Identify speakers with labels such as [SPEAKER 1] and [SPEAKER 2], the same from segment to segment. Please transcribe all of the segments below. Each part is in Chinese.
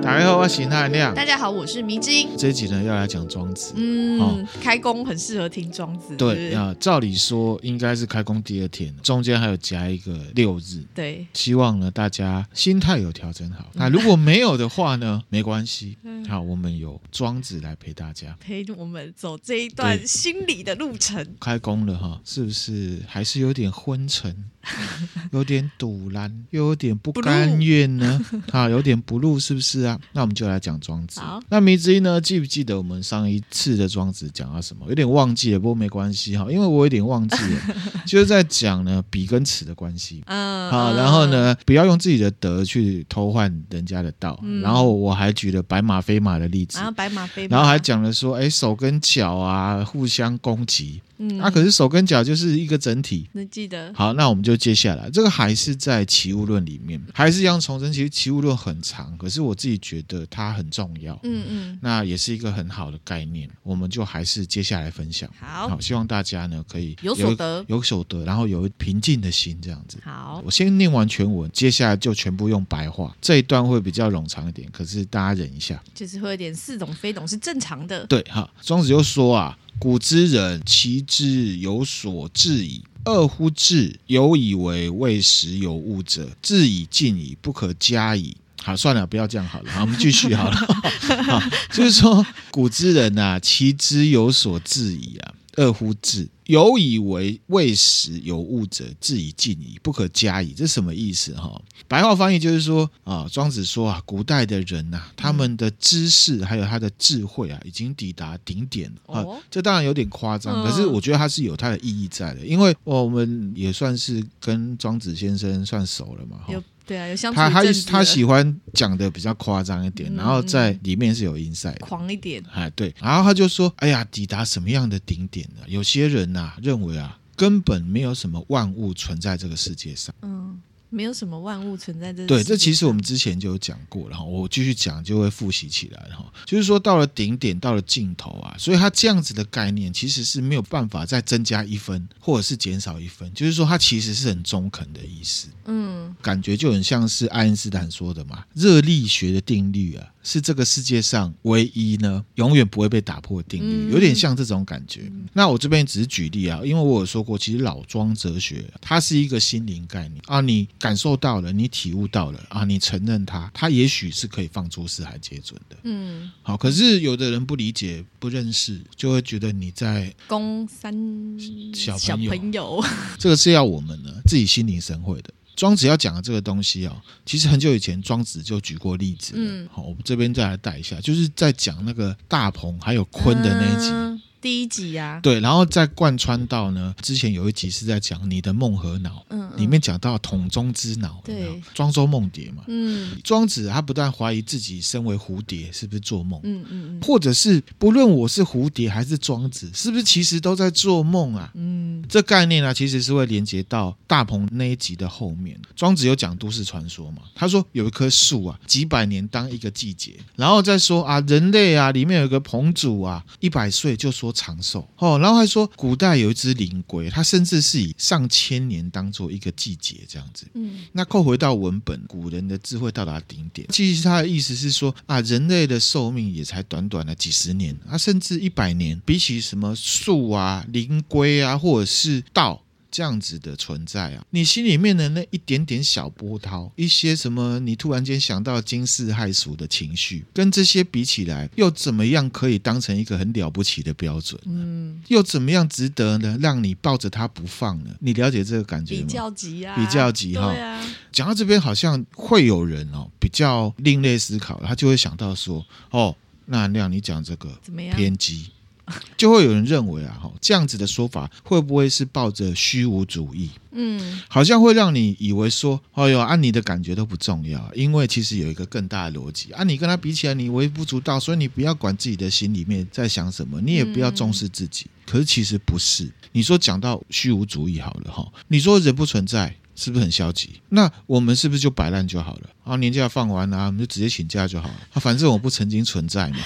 [SPEAKER 1] 台后啊，邢汉亮。
[SPEAKER 2] 大家好，我是迷之音。
[SPEAKER 1] 这一集呢，要来讲庄子。
[SPEAKER 2] 嗯，
[SPEAKER 1] 哦
[SPEAKER 2] 开工很适合听庄子，是不
[SPEAKER 1] 对
[SPEAKER 2] 是
[SPEAKER 1] 啊，照理说应该是开工第二天，中间还有夹一个六日。
[SPEAKER 2] 对，
[SPEAKER 1] 希望呢，大家心态有调整好。那如果没有的话呢，没关系。
[SPEAKER 2] 嗯
[SPEAKER 1] 好，我们有庄子来陪大家。
[SPEAKER 2] 陪我们走这一段心理的路程。
[SPEAKER 1] 开工了哈，是不是还是有点昏 沉，有点堵然，又有点不
[SPEAKER 2] Blue
[SPEAKER 1] 甘愿呢？ 啊，有点不入，是不是啊？那我们就来讲庄子
[SPEAKER 2] 好。
[SPEAKER 1] 那迷之一呢，记不记得我们上一次的庄子讲到什么？有点忘记了，不过没关系哈，因为我有点忘记 了，就是在讲呢比跟尺的关系。
[SPEAKER 2] 嗯，
[SPEAKER 1] 好，
[SPEAKER 2] 嗯
[SPEAKER 1] 然后？呢，不要用自己的德去偷换人家的道。
[SPEAKER 2] 嗯
[SPEAKER 1] 然后我还举了白马非马的例子
[SPEAKER 2] 然，后白马非马，
[SPEAKER 1] 然后还讲了说，哎，手跟脚啊互相攻击，
[SPEAKER 2] 嗯，
[SPEAKER 1] 啊，可是手跟脚就是一个整体。
[SPEAKER 2] 能记得
[SPEAKER 1] 好，那我们就接下来，这个还是在《齐物论》里面，还是一样重申。其实《齐物论》很长，可是我自己觉得它很重要，
[SPEAKER 2] 嗯嗯，
[SPEAKER 1] 那也是一个很好的概念。我们就还是接下来分享。
[SPEAKER 2] 好，
[SPEAKER 1] 希望大家呢可以
[SPEAKER 2] 有所得
[SPEAKER 1] 有所得，然后有平静的心这样子。
[SPEAKER 2] 好，
[SPEAKER 1] 我先念完全文，接下来就全部用白话，这一段会比较冗长一点，可是大家忍一下。
[SPEAKER 2] 就是会有点似懂非懂是正常的。
[SPEAKER 1] 对哈，庄子就说啊，古之人其之有所至矣。恶乎至，有以为未时有物者，至以尽矣，不可加矣。好，算了，不要这样好了，好，我们继续好了。好，就是说，古之人啊，其之有所至矣啊，恶乎至，有以为未时有物者，至以尽矣，不可加矣。这什么意思哈、白话翻译就是说啊，庄子说啊，古代的人呐、他们的知识还有他的智慧啊，已经抵达顶点了啊。
[SPEAKER 2] 哦
[SPEAKER 1] 这当然有点夸张，
[SPEAKER 2] 嗯
[SPEAKER 1] 可是我觉得它是有它的意义在的，因为哦，我们也算是跟庄子先生算熟了嘛，哈
[SPEAKER 2] 有对啊，有相处
[SPEAKER 1] 他他
[SPEAKER 2] 一阵子
[SPEAKER 1] 他
[SPEAKER 2] 了
[SPEAKER 1] 喜欢讲的比较夸张一点，
[SPEAKER 2] 嗯
[SPEAKER 1] 然后在里面是有 inside 的。
[SPEAKER 2] 狂一点，
[SPEAKER 1] 哎，对，然后他就说：“哎呀，抵达什么样的顶点呢？有些人呐、认为啊，根本没有什么万物存在这个世界上。
[SPEAKER 2] 嗯，没有什么万物存在这
[SPEAKER 1] 对，这其
[SPEAKER 2] 实
[SPEAKER 1] 实我们之前就有讲过，然后我继续讲就会复习起来，然后就是说到了顶点，到了尽头啊，所以它这样子的概念其实是没有办法再增加一分或者是减少一分，就是说它其实是很中肯的意思。
[SPEAKER 2] 嗯
[SPEAKER 1] 感觉就很像是爱因斯坦说的嘛，热力学的定律啊，是这个世界上唯一呢永远不会被打破的定律，
[SPEAKER 2] 嗯
[SPEAKER 1] 有点像这种感觉。那我这边只是举例啊，因为我有说过，其实老庄哲学啊它是一个心灵概念啊，你感受到了，你体悟到了啊，你承认它，它也许是可以放诸四海皆准的。
[SPEAKER 2] 嗯，
[SPEAKER 1] 好，可是有的人不理解、不认识，就会觉得你在
[SPEAKER 2] 公三
[SPEAKER 1] 小
[SPEAKER 2] 小
[SPEAKER 1] 朋友
[SPEAKER 2] 朋友，
[SPEAKER 1] 这个是要我们呢自己心领神会的。庄子要讲的这个东西哦，其实很久以前庄子就举过例子了。
[SPEAKER 2] 嗯
[SPEAKER 1] 好，我们这边再来带一下，就是在讲那个大鹏还有鲲的那一集。
[SPEAKER 2] 嗯第一集啊，
[SPEAKER 1] 对，然后再贯穿到呢，之前有一集是在讲你的梦和脑，
[SPEAKER 2] 嗯，嗯
[SPEAKER 1] 里面讲到桶中之脑，
[SPEAKER 2] 对
[SPEAKER 1] 有没有庄周梦蝶嘛。
[SPEAKER 2] 嗯
[SPEAKER 1] 庄子他不但怀疑自己身为蝴蝶是不是做梦，
[SPEAKER 2] 嗯嗯
[SPEAKER 1] 或者是不论我是蝴蝶还是庄子，是不是其实都在做梦啊？
[SPEAKER 2] 嗯
[SPEAKER 1] 这概念呢、其实是会连接到大鹏那一集的后面。庄子有讲都市传说嘛，他说有一棵树啊，几百年当一个季节，然后再说啊，人类啊，里面有一个鹏主啊，一百岁就说长寿哦，然后还说古代有一只灵龟，它甚至是以上千年当做一个季节这样子。
[SPEAKER 2] 嗯
[SPEAKER 1] 那扣回到文本，古人的智慧到达顶点，其实他的意思是说啊，人类的寿命也才短短的几十年啊，甚至一百年，比起什么树啊、灵龟啊，或者是道。这样子的存在啊，你心里面的那一点点小波涛，一些什么你突然间想到惊世骇俗的情绪，跟这些比起来，又怎么样可以当成一个很了不起的标准？啊
[SPEAKER 2] 嗯，
[SPEAKER 1] 又怎么样值得呢？让你抱着它不放呢？你了解这个感觉
[SPEAKER 2] 比
[SPEAKER 1] 吗？
[SPEAKER 2] 较级啊，
[SPEAKER 1] 比较级哈
[SPEAKER 2] 对啊，
[SPEAKER 1] 讲到这边，好像会有人哦比较另类思考，他就会想到说，哦，那亮，你讲这个
[SPEAKER 2] 怎么样？
[SPEAKER 1] 偏激， 就会有人认为啊，哈，这样子的说法会不会是抱着虚无主义？
[SPEAKER 2] 嗯，
[SPEAKER 1] 好像会让你以为说，哎呦，按、你的感觉都不重要，因为其实有一个更大的逻辑，啊，你跟他比起来，你微不足道，所以你不要管自己的心里面在想什么，你也不要重视自己。可是其实不是，你说讲到虚无主义好了哈，你说人不存在。是不是很消极？那我们是不是就摆烂就好了？啊，年假放完啊，我们就直接请假就好了。啊，反正我不曾经存在嘛，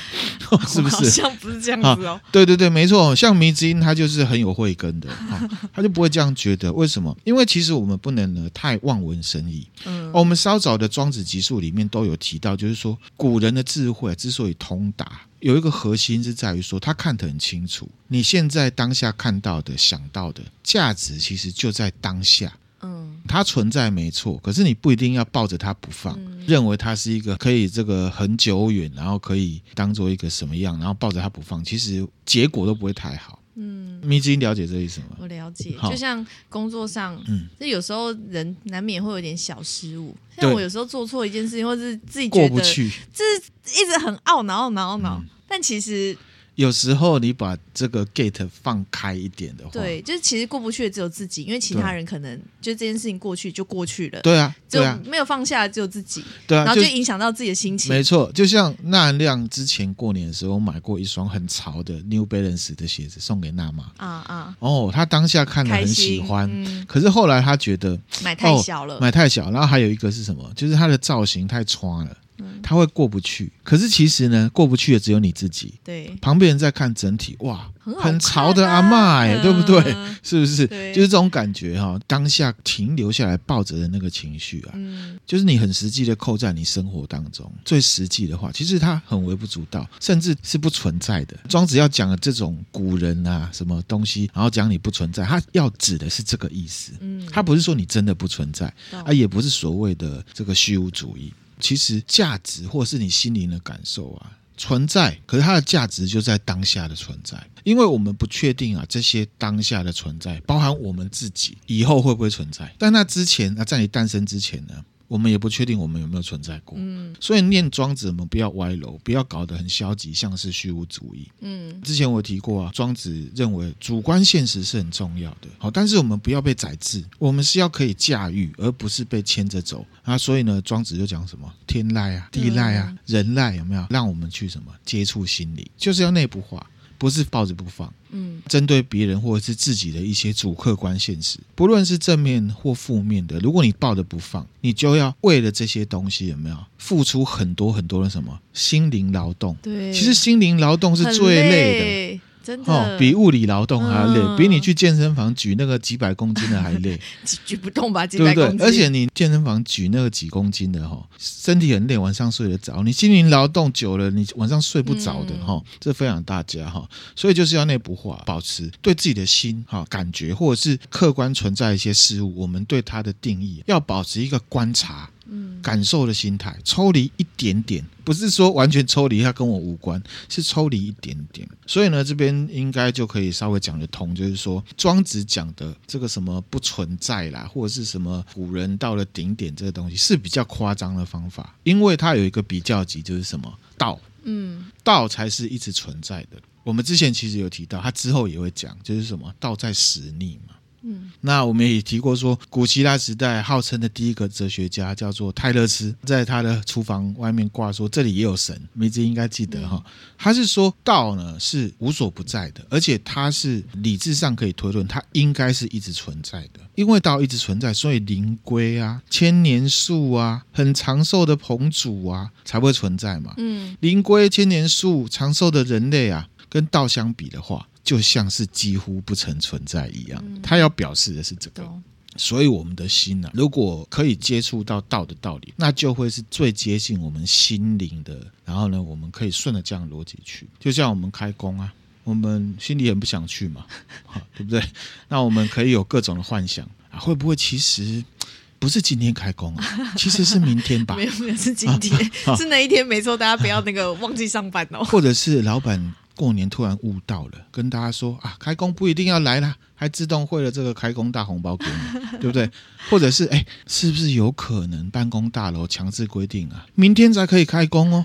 [SPEAKER 1] 是不
[SPEAKER 2] 我好
[SPEAKER 1] 是？
[SPEAKER 2] 像不是这样子哦。
[SPEAKER 1] 对对对，没错，像迷之音，他就是很有慧根的、 啊，他就不会这样觉得。为什么？因为其实我们不能呢太望文生义。
[SPEAKER 2] 嗯
[SPEAKER 1] 哦、我们稍早的《庄子集述》里面都有提到，就是说古人的智慧之所以通达，有一个核心是在于说他看得很清楚，你现在当下看到的、想到的价值，其实就在当下。
[SPEAKER 2] 嗯
[SPEAKER 1] 它存在没错，可是你不一定要抱着它不放，
[SPEAKER 2] 嗯
[SPEAKER 1] 认为它是一个可以这个很久远，然后可以当做一个什么样，然后抱着它不放，其实结果都不会太好。
[SPEAKER 2] 嗯，
[SPEAKER 1] 米津了解这意思吗？
[SPEAKER 2] 我了解。
[SPEAKER 1] 好
[SPEAKER 2] 就像工作上，
[SPEAKER 1] 嗯
[SPEAKER 2] 就有时候人难免会有点小失误。像
[SPEAKER 1] 对
[SPEAKER 2] 我有时候做错一件事情，或是自己觉
[SPEAKER 1] 过
[SPEAKER 2] 得
[SPEAKER 1] 不去。嗯
[SPEAKER 2] 一直很懊恼、懊恼、懊恼。但其实
[SPEAKER 1] 有时候你把这个 gate 放开一点的话，
[SPEAKER 2] 对，就是其实过不去的只有自己，因为其他人可能就这件事情过去就过去了，
[SPEAKER 1] 对啊，
[SPEAKER 2] 就
[SPEAKER 1] 对啊，
[SPEAKER 2] 没有放下，只有自己，
[SPEAKER 1] 对
[SPEAKER 2] 然
[SPEAKER 1] 啊，
[SPEAKER 2] 后就影响到自己的心情。
[SPEAKER 1] 没错，就像娜亮之前过年的时候买过一双很潮的 New Balance 的鞋子送给娜妈，
[SPEAKER 2] 啊啊，
[SPEAKER 1] 哦，她当下看了
[SPEAKER 2] 开
[SPEAKER 1] 很
[SPEAKER 2] 心，
[SPEAKER 1] 喜欢，
[SPEAKER 2] 嗯，
[SPEAKER 1] 可是后来她觉得
[SPEAKER 2] 买太小了，
[SPEAKER 1] 哦买太小，然后还有一个是什么？就是它的造型太穿了，它会过不去。可是其实呢，过不去的只有你自己，
[SPEAKER 2] 对，
[SPEAKER 1] 旁边人在看整体，哇，
[SPEAKER 2] 很好看啊
[SPEAKER 1] 很潮的阿嬷哎、对 不对？
[SPEAKER 2] 嗯
[SPEAKER 1] 是不是？
[SPEAKER 2] 对
[SPEAKER 1] 就是这种感觉哈、当下停留下来抱着的那个情绪啊，
[SPEAKER 2] 嗯，
[SPEAKER 1] 就是你很实际的扣在你生活当中最实际的话，其实它很微不足道，甚至是不存在的。庄子要讲的这种古人啊，什么东西，然后讲你不存在，他要指的是这个意思。
[SPEAKER 2] 嗯
[SPEAKER 1] 他不是说你真的不存在，
[SPEAKER 2] 懂
[SPEAKER 1] 啊，也不是所谓的这个虚无主义。其实价值或是你心灵的感受啊，存在，可是它的价值就在当下的存在，因为我们不确定啊，这些当下的存在，包含我们自己以后会不会存在，但那之前，那、在你诞生之前呢？我们也不确定我们有没有存在过，
[SPEAKER 2] 嗯
[SPEAKER 1] 所以念庄子，我们不要歪楼，不要搞得很消极，像是虚无主义。
[SPEAKER 2] 嗯
[SPEAKER 1] 之前我有提过啊，庄子认为主观现实是很重要的，好，但是我们不要被宰制，我们是要可以驾驭，而不是被牵着走啊。所以呢，庄子就讲什么天籁啊、地籁啊、人籁有没有？让我们去什么接触心理，就是要内部化，不是抱着不放。
[SPEAKER 2] 嗯
[SPEAKER 1] 针对别人或者是自己的一些主客观现实，不论是正面或负面的，如果你抱着不放，你就要为了这些东西有没有付出很多很多的什么心灵劳动？
[SPEAKER 2] 对，
[SPEAKER 1] 其实心灵劳动是
[SPEAKER 2] 很
[SPEAKER 1] 最累的。
[SPEAKER 2] 累真
[SPEAKER 1] 哦
[SPEAKER 2] 的，
[SPEAKER 1] 比物理劳动还要累，
[SPEAKER 2] 嗯
[SPEAKER 1] 比你去健身房举那个几百公斤的还累，
[SPEAKER 2] 举举不动 吧，几
[SPEAKER 1] 对
[SPEAKER 2] 百
[SPEAKER 1] 不对
[SPEAKER 2] 公？斤
[SPEAKER 1] 而且你健身房举那个几公斤的哈、哦，身体很累，晚上睡得着，你心灵劳动久了，你晚上睡不着的
[SPEAKER 2] 嗯
[SPEAKER 1] 哈、哦，这非常大家哈、哦，所以就是要内部化，保持对自己的心哈、感觉，或者是客观存在一些事物，我们对它的定义要保持一个观察。
[SPEAKER 2] 嗯
[SPEAKER 1] 感受的心态，抽离一点点，不是说完全抽离，它跟我无关，是抽离一点点。所以呢，这边应该就可以稍微讲得通，就是说庄子讲的这个什么不存在啦，或者是什么古人到了顶点这个东西是比较夸张的方法，因为它有一个比较级，就是什么道，
[SPEAKER 2] 嗯
[SPEAKER 1] 道才是一直存在的。我们之前其实有提到，他之后也会讲，就是什么道在使逆嘛。
[SPEAKER 2] 嗯
[SPEAKER 1] 那我们也提过说，古希腊时代号称的第一个哲学家叫做泰勒斯，在他的厨房外面挂说这里也有神，梅子应该记得哈、他是说道呢是无所不在的，而且它是理智上可以推论，它应该是一直存在的，因为道一直存在，所以灵龟啊、千年树啊、很长寿的彭祖啊才会存在嘛。
[SPEAKER 2] 嗯
[SPEAKER 1] 灵龟、千年树、长寿的人类啊，跟道相比的话，就像是几乎不曾存在一样。他要表示的是这个，
[SPEAKER 2] 懂
[SPEAKER 1] 所以我们的心呢、啊，如果可以接触到道的道理，那就会是最接近我们心灵的。然后呢，我们可以顺着这样的逻辑去，就像我们开工啊。我们心里很不想去嘛， 好对不对？那我们可以有各种的幻想啊，会不会其实不是今天开工啊，其实是明天 吧？啊
[SPEAKER 2] 没有没有是今天是那一天没错，大家不要那个忘记上班哦。
[SPEAKER 1] 或者是老板过年突然悟到了，跟大家说啊，开工不一定要来啦，还自动汇了这个开工大红包给你，对不对？或者是哎，是不是有可能办公大楼强制规定啊，明天才可以开工哦？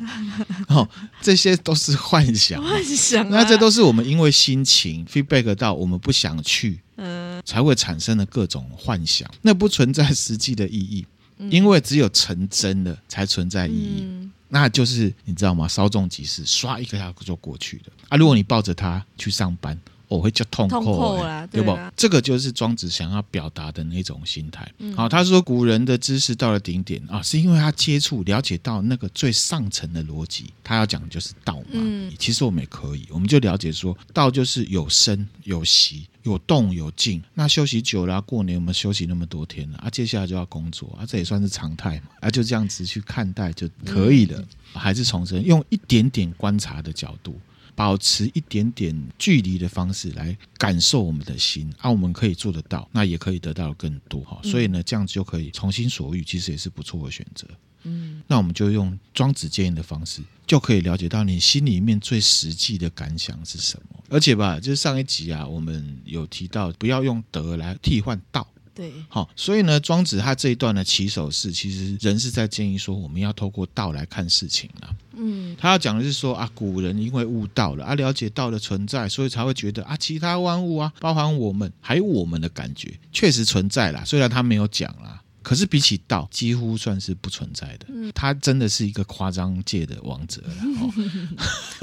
[SPEAKER 1] 哦，这些都是幻想嘛。
[SPEAKER 2] 幻想、啊，
[SPEAKER 1] 那这都是我们因为心情 feedback 到我们不想去，
[SPEAKER 2] 嗯
[SPEAKER 1] 才会产生的各种幻想，那不存在实际的意义，因为只有成真了才存在意义。
[SPEAKER 2] 嗯
[SPEAKER 1] 那就是你知道吗？稍纵即逝，刷一个下就过去了啊！如果你抱着它去上班，哦，会叫痛
[SPEAKER 2] 痛
[SPEAKER 1] 苦、
[SPEAKER 2] 苦
[SPEAKER 1] 欸，
[SPEAKER 2] 啦
[SPEAKER 1] 对
[SPEAKER 2] 对啊
[SPEAKER 1] 不
[SPEAKER 2] 啦？
[SPEAKER 1] 这个就是庄子想要表达的那种心态。好、他说古人的知识到了顶点啊，是因为他接触了解到那个最上层的逻辑，他要讲的就是道嘛。
[SPEAKER 2] 嗯
[SPEAKER 1] 其实我们也可以，我们就了解说，道就是有生有息。有动有静，那休息久了啊、过年我们休息那么多天了啊，接下来就要工作啊，这也算是常态嘛，啊，就这样子去看待就可以了。还是重申，用一点点观察的角度，保持一点点距离的方式来感受我们的心啊，我们可以做得到，那也可以得到更多哈、所以呢，这样子就可以从心所欲，其实也是不错的选择。
[SPEAKER 2] 嗯，
[SPEAKER 1] 那我们就用庄子建议的方式，就可以了解到你心里面最实际的感想是什么。而且吧，就是上一集啊，我们有提到不要用德来替换道。
[SPEAKER 2] 对，
[SPEAKER 1] 好、所以呢，庄子他这一段的起手式，其实人是在建议说，我们要透过道来看事情啊。
[SPEAKER 2] 嗯
[SPEAKER 1] 他要讲的是说啊，古人因为悟道了啊，了解道的存在，所以才会觉得啊，其他万物啊，包含我们，还有我们的感觉确实存在啦。虽然他没有讲啦，可是比起道，几乎算是不存在的。他真的是一个夸张界的王者了。哦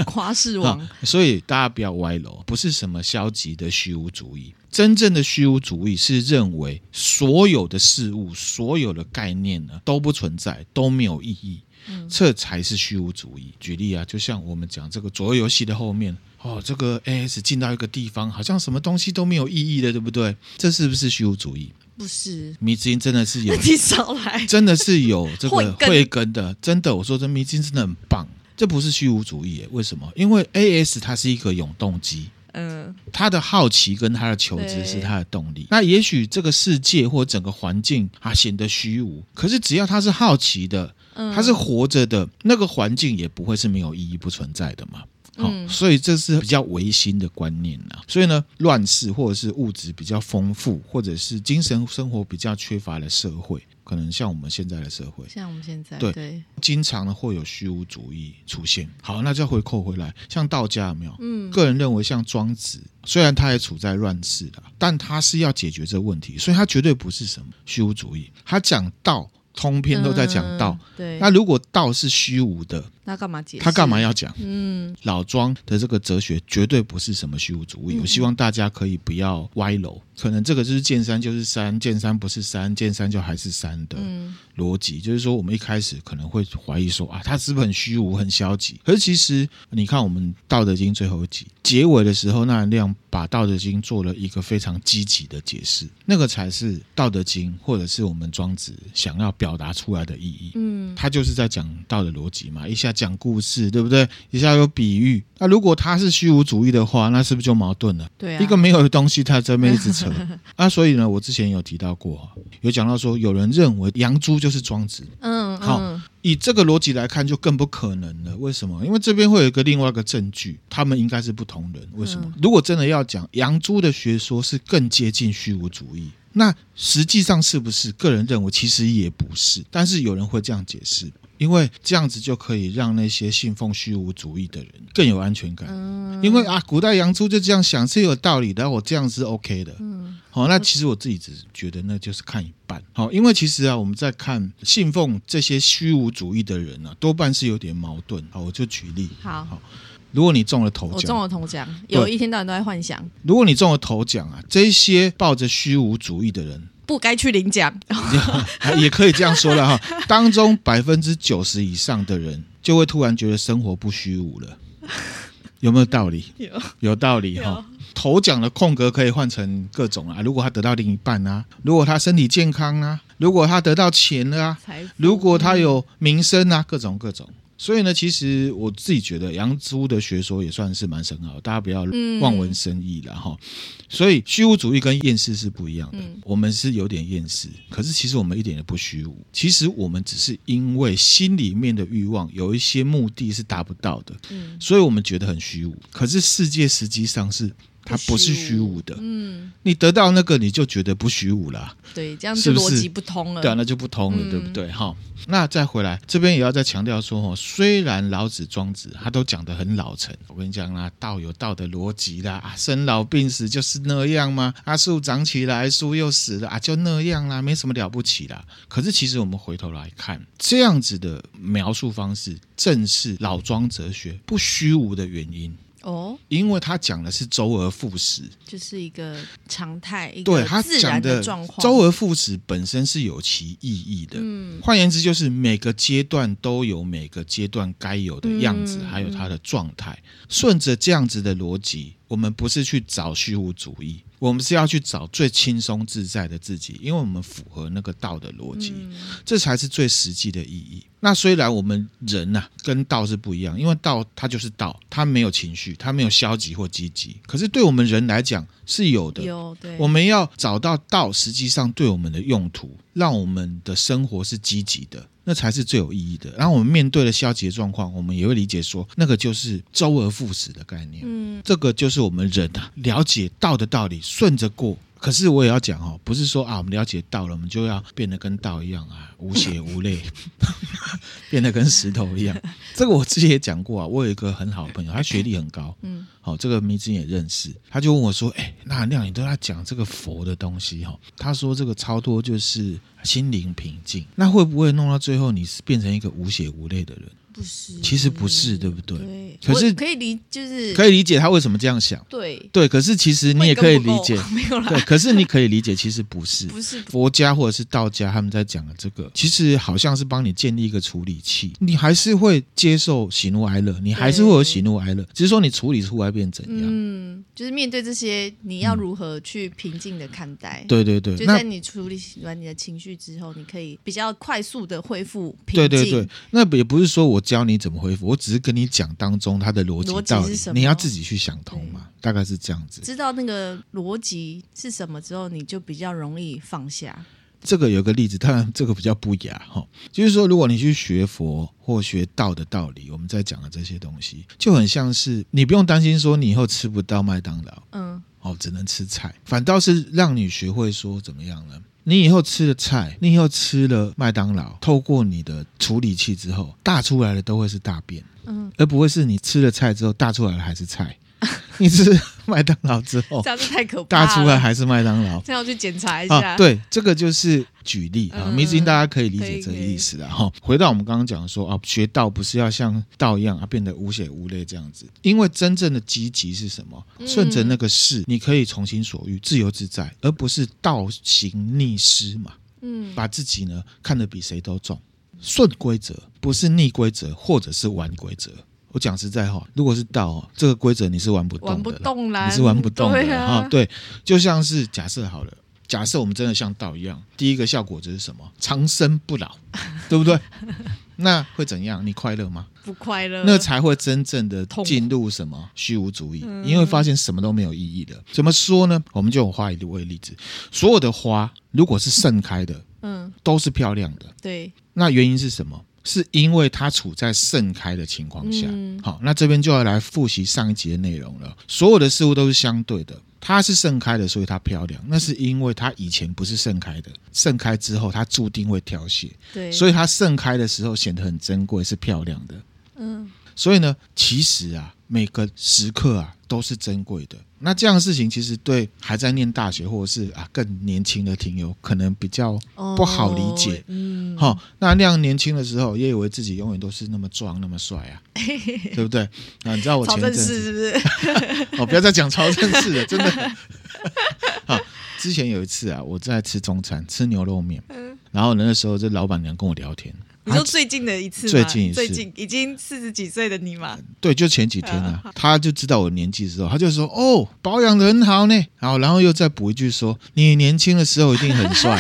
[SPEAKER 2] 夸世
[SPEAKER 1] 啊
[SPEAKER 2] 王，
[SPEAKER 1] 所以大家不要歪楼，不是什么消极的虚无主义。真正的虚无主义是认为所有的事物、所有的概念呢都不存在，都没有意义，这才是虚无主义。举例啊，就像我们讲这个左右游戏的后面。哦，这个 AS 进到一个地方，好像什么东西都没有意义的，对不对？这是不是虚无主义？
[SPEAKER 2] 不是？
[SPEAKER 1] 迷之音真的是有
[SPEAKER 2] 你少来，
[SPEAKER 1] 真的是有这
[SPEAKER 2] 慧
[SPEAKER 1] 个
[SPEAKER 2] 根
[SPEAKER 1] 慧根的，真的，我说这迷津真的很棒，这不是虚无主义耶，为什么？因为 A S 它是一个永动机。
[SPEAKER 2] 嗯
[SPEAKER 1] 他的好奇跟他的求知
[SPEAKER 2] 对
[SPEAKER 1] 是他的动力。那也许这个世界或整个环境啊显得虚无，可是只要他是好奇的，
[SPEAKER 2] 嗯，
[SPEAKER 1] 他是活着的，那个环境也不会是没有意义、不存在的嘛。好、
[SPEAKER 2] 嗯
[SPEAKER 1] 所以这是比较唯心的观念啊。所以呢，乱世或者是物质比较丰富，或者是精神生活比较缺乏的社会，可能像我们现在的社会，
[SPEAKER 2] 像我们现在
[SPEAKER 1] 对
[SPEAKER 2] 对，
[SPEAKER 1] 经常呢会有虚无主义出现。好，那再回扣回来，像道家有没有？
[SPEAKER 2] 嗯
[SPEAKER 1] 个人认为，像庄子，虽然他也处在乱世了，但他是要解决这问题，所以他绝对不是什么虚无主义。他讲道，通篇都在讲道。
[SPEAKER 2] 嗯，对，
[SPEAKER 1] 那如果道是虚无的，
[SPEAKER 2] 那干嘛解释？
[SPEAKER 1] 他干嘛？要讲？
[SPEAKER 2] 嗯
[SPEAKER 1] 老庄的这个哲学绝对不是什么虚无主义，
[SPEAKER 2] 嗯
[SPEAKER 1] 我希望大家可以不要歪楼。可能这个就是见山就是山，见山不是山，见山就还是山的。
[SPEAKER 2] 嗯
[SPEAKER 1] 逻辑，就是说我们一开始可能会怀疑说啊，他是不是很虚无、很消极？可是其实你看，我们《道德经》最后一集结尾的时候，那亮把《道德经》做了一个非常积极的解释，那个才是《道德经》或者是我们庄子想要表达出来的意义。
[SPEAKER 2] 嗯
[SPEAKER 1] 他就是在讲道的逻辑嘛，一下讲故事，对不对？一下有比喻。那如果他是虚无主义的话，那是不是就矛盾了？
[SPEAKER 2] 对啊，
[SPEAKER 1] 一个没有的东西，他这边一直 扯啊，所以呢，我之前有提到过，有讲到说，有人认为杨朱就是庄子，
[SPEAKER 2] 嗯
[SPEAKER 1] 好
[SPEAKER 2] 嗯
[SPEAKER 1] 以这个逻辑来看，就更不可能了。为什么？因为这边会有一个另外一个证据，他们应该是不同人。为
[SPEAKER 2] 嗯
[SPEAKER 1] 什么？如果真的要讲杨朱的学说是更接近虚无主义，那实际上是不是？个人认为其实也不是，但是有人会这样解释，因为这样子就可以让那些信奉虚无主义的人更有安全感。
[SPEAKER 2] 嗯
[SPEAKER 1] 因为啊，古代杨朱就这样想是有道理的，我这样是 OK 的。
[SPEAKER 2] 嗯
[SPEAKER 1] 好、那其实我自己只觉得那就是看一半。好、因为其实啊，我们在看信奉这些虚无主义的人呢、啊，多半是有点矛盾。好，我就举例，
[SPEAKER 2] 好，
[SPEAKER 1] 如果你中了头
[SPEAKER 2] 我中
[SPEAKER 1] 奖，
[SPEAKER 2] 了头奖，
[SPEAKER 1] 对
[SPEAKER 2] 有一天到晚都在幻想，
[SPEAKER 1] 如果你中了头奖啊，这些抱着虚无主义的人，
[SPEAKER 2] 不该去领奖，
[SPEAKER 1] 也可以这样说了哈，当中百分之九十以上的人就会突然觉得生活不虚无了，有没有道理？
[SPEAKER 2] 有
[SPEAKER 1] 有道理哈、
[SPEAKER 2] 有
[SPEAKER 1] 头奖的空格可以换成各种啊，如果他得到另一半啊，如果他身体健康啊，如果他得到钱了啊，
[SPEAKER 2] 财富，
[SPEAKER 1] 如果他有名声啊，各种各种。所以呢，其实我自己觉得杨朱的学说也算是蛮深奥的，大家不要
[SPEAKER 2] 嗯
[SPEAKER 1] 望文生义了哈。所以虚无主义跟厌世是不一样的，
[SPEAKER 2] 嗯
[SPEAKER 1] 我们是有点厌世，可是其实我们一点也不虚无。其实我们只是因为心里面的欲望有一些目的是达不到的，
[SPEAKER 2] 嗯
[SPEAKER 1] 所以我们觉得很虚无。可是世界实际上是它不是虚无的，
[SPEAKER 2] 嗯，
[SPEAKER 1] 你得到那个你就觉得不虚无啦。
[SPEAKER 2] 对，这样
[SPEAKER 1] 是
[SPEAKER 2] 就
[SPEAKER 1] 不
[SPEAKER 2] 逻
[SPEAKER 1] 是
[SPEAKER 2] 辑不通了。
[SPEAKER 1] 对啊，那就不通了，
[SPEAKER 2] 嗯
[SPEAKER 1] 对不对？哈，那再回来这边也要再强调说，哦，虽然老子、庄子他都讲得很老成，我跟你讲啦，道有道的逻辑啦，啊，生老病死就是那样嘛，啊，树长起来，树又死了啊，就那样啦，没什么了不起啦。可是其实我们回头来看，这样子的描述方式，正是老庄哲学不虚无的原因。
[SPEAKER 2] 哦，
[SPEAKER 1] 因为他讲的是周而复始，
[SPEAKER 2] 就是一个常态，一
[SPEAKER 1] 对
[SPEAKER 2] 个
[SPEAKER 1] 他
[SPEAKER 2] 自
[SPEAKER 1] 讲
[SPEAKER 2] 然
[SPEAKER 1] 的
[SPEAKER 2] 状况。
[SPEAKER 1] 周而复始本身是有其意义的。
[SPEAKER 2] 嗯
[SPEAKER 1] 换言之，就是每个阶段都有每个阶段该有的样子，
[SPEAKER 2] 嗯
[SPEAKER 1] 还有它的状态。顺着这样子的逻辑，我们不是去找虚无主义，我们是要去找最轻松自在的自己，因为我们符合那个道的逻辑。
[SPEAKER 2] 嗯
[SPEAKER 1] 这才是最实际的意义。那虽然我们人呐、跟道是不一样，因为道它就是道，它没有情绪，它没有消极或积极。可是对我们人来讲是有的，
[SPEAKER 2] 有对，
[SPEAKER 1] 我们要找到道实际上对我们的用途，让我们的生活是积极的，那才是最有意义的。然后我们面对了消极的状况，我们也会理解说，那个就是周而复始的概念。
[SPEAKER 2] 嗯
[SPEAKER 1] 啊这个就是我们人啊，了解道的道理，顺着过。可是我也要讲哦，不是说啊，我们了解道了，我们就要变得跟道一样啊，无血无泪， 变得跟石头一样。这个我之前也讲过啊，我有一个很好的朋友，他学历很高，
[SPEAKER 2] 嗯，
[SPEAKER 1] 好、这个迷之也认识，他就问我说：“哎，那亮，你都在讲这个佛的东西哈、哦？他说这个超脱就是心灵平静，那会不会弄到最后你是变成一个无血无泪的人？
[SPEAKER 2] 不是，
[SPEAKER 1] 其实不
[SPEAKER 2] 嗯
[SPEAKER 1] 是，对不对？
[SPEAKER 2] 对，
[SPEAKER 1] 可
[SPEAKER 2] 我
[SPEAKER 1] 是
[SPEAKER 2] 可以理，就是
[SPEAKER 1] 可以理解他为什么这样想，
[SPEAKER 2] 对，
[SPEAKER 1] 对。可是其实你也可以理解
[SPEAKER 2] 慧，根不够 没有
[SPEAKER 1] 对。
[SPEAKER 2] 啦，
[SPEAKER 1] 可是你可以理解，其实不是。
[SPEAKER 2] 不是
[SPEAKER 1] 佛家或者是道家他们在讲的这个，其实好像是帮你建立一个处理器，你还是会接受喜怒哀乐，你还是会有喜怒哀乐，只是说你处理出来变怎样。
[SPEAKER 2] 嗯，就是面对这些，你要如何去平静的看待？，
[SPEAKER 1] 嗯对对对，
[SPEAKER 2] 就
[SPEAKER 1] 那
[SPEAKER 2] 在你处理完你的情绪之后，你可以比较快速的恢复平
[SPEAKER 1] 对对
[SPEAKER 2] 静。
[SPEAKER 1] 对，，那也不是说我教你怎么恢复，我只是跟你讲当中它的逻辑
[SPEAKER 2] 逻辑
[SPEAKER 1] 道
[SPEAKER 2] 是
[SPEAKER 1] 理
[SPEAKER 2] 什，么嗯
[SPEAKER 1] 你要自己去想通嘛，大概是这样子。
[SPEAKER 2] 知道那个逻辑是什么之后，你就比较容易放下。
[SPEAKER 1] 这个有个例子，当然这个比较不雅哈、就是说如果你去学佛或学道的道理，我们在讲的这些东西，就很像是你不用担心说你以后吃不到麦当劳
[SPEAKER 2] 嗯，
[SPEAKER 1] 哦，只能吃菜，反倒是让你学会说怎么样呢？你以后吃了菜，你以后吃了麦当劳，透过你的处理器之后，大出来的都会是大便。
[SPEAKER 2] 嗯，
[SPEAKER 1] 而不会是你吃了菜之后大出来的还是菜， 你吃麦当劳之后
[SPEAKER 2] 这样子太可怕
[SPEAKER 1] 哦大
[SPEAKER 2] 了。
[SPEAKER 1] 出来，还是麦当劳
[SPEAKER 2] 这样我去检查一下。
[SPEAKER 1] 啊？，对，这个就是举例啊，
[SPEAKER 2] 嗯
[SPEAKER 1] 迷之音大家可以理
[SPEAKER 2] 可
[SPEAKER 1] 解
[SPEAKER 2] 以
[SPEAKER 1] 这个
[SPEAKER 2] 可以
[SPEAKER 1] 意思了哈。回到我们刚刚讲说啊，学道不是要像道一样啊，变得无血无泪这样子，因为真正的积极是什么？
[SPEAKER 2] 嗯
[SPEAKER 1] 顺着那个势，你可以从心所欲，自由自在，而不是倒行逆施嘛。
[SPEAKER 2] 嗯，
[SPEAKER 1] 把自己呢看得比谁都重，顺规则，不是逆规则，或者是玩规则。我讲实在哈、如果是道哦，这个规则你是玩不动的啦，
[SPEAKER 2] 玩不动啦，
[SPEAKER 1] 你是玩不动的
[SPEAKER 2] 对
[SPEAKER 1] 啦
[SPEAKER 2] 啊。
[SPEAKER 1] 对，就像是假设好了，假设我们真的像道一样，第一个效果就是什么？长生不老， 对不对？那会怎样？你快乐吗？
[SPEAKER 2] 不快乐，
[SPEAKER 1] 那才会真正的
[SPEAKER 2] 呃痛苦嗯
[SPEAKER 1] 进入什么虚无主义，因为发现什么都没有意义了。怎么说呢？我们就有花一为例子，所有的花如果是盛开的，
[SPEAKER 2] 嗯，
[SPEAKER 1] 都是漂亮的。
[SPEAKER 2] 对，
[SPEAKER 1] 那原因是什么？是因为它处在盛开的情况下。
[SPEAKER 2] 嗯
[SPEAKER 1] 好，那这边就要来复习上一集的内容了。所有的事物都是相对的，它是盛开的，所以它漂亮。那是因为它以前不是盛开的，盛开之后它注定会凋谢，
[SPEAKER 2] 对，
[SPEAKER 1] 所
[SPEAKER 2] 以
[SPEAKER 1] 以它盛开的时候显得很珍贵，是漂亮的。
[SPEAKER 2] 嗯，
[SPEAKER 1] 所以呢，其实啊，每个时刻啊都是珍贵的。那这样的事情，其实对还在念大学或者是啊更年轻的听友，可能比较
[SPEAKER 2] 哦
[SPEAKER 1] 不好理解。
[SPEAKER 2] 嗯，
[SPEAKER 1] 好、那亮年轻的时候也以为自己永远都是那么壮、那么帅 啊，对不对？啊，你知道我
[SPEAKER 2] 曹
[SPEAKER 1] 前一阵
[SPEAKER 2] 正
[SPEAKER 1] 子
[SPEAKER 2] 是是 不是？
[SPEAKER 1] 哦，不要再讲朝圣式了，真的。 好，之前有一次啊，我在吃中餐，吃牛肉面，
[SPEAKER 2] 嗯
[SPEAKER 1] 然后那时候这老板娘跟我聊天，
[SPEAKER 2] 你说最近的一次吗？
[SPEAKER 1] 最近一次
[SPEAKER 2] 最近已经四十几岁的你嘛，
[SPEAKER 1] 对，就前几天啊，
[SPEAKER 2] 嗯
[SPEAKER 1] 他就知道我年纪之后，他就说：“哦，保养的很好呢。”然后，然后又再补一句说：“你年轻的时候一定很帅。”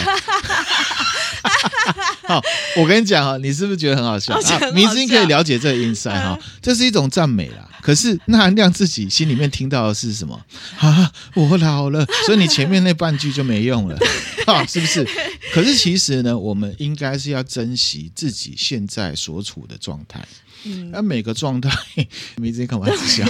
[SPEAKER 1] 好， 我跟你讲啊哈，你是不是觉得很好笑？
[SPEAKER 2] 我觉得很好
[SPEAKER 1] 啊
[SPEAKER 2] 笑嗯
[SPEAKER 1] 明星可以了解这个 inside 哈，这是一种赞美啦。可是那韩亮自己心里面听到的是什么啊？我老了，所以你前面那半句就没用 了，啊，是不是？可是其实呢，我们应该是要珍惜自己现在所处的状态。
[SPEAKER 2] 嗯
[SPEAKER 1] 那每个状态， 明星开玩笑，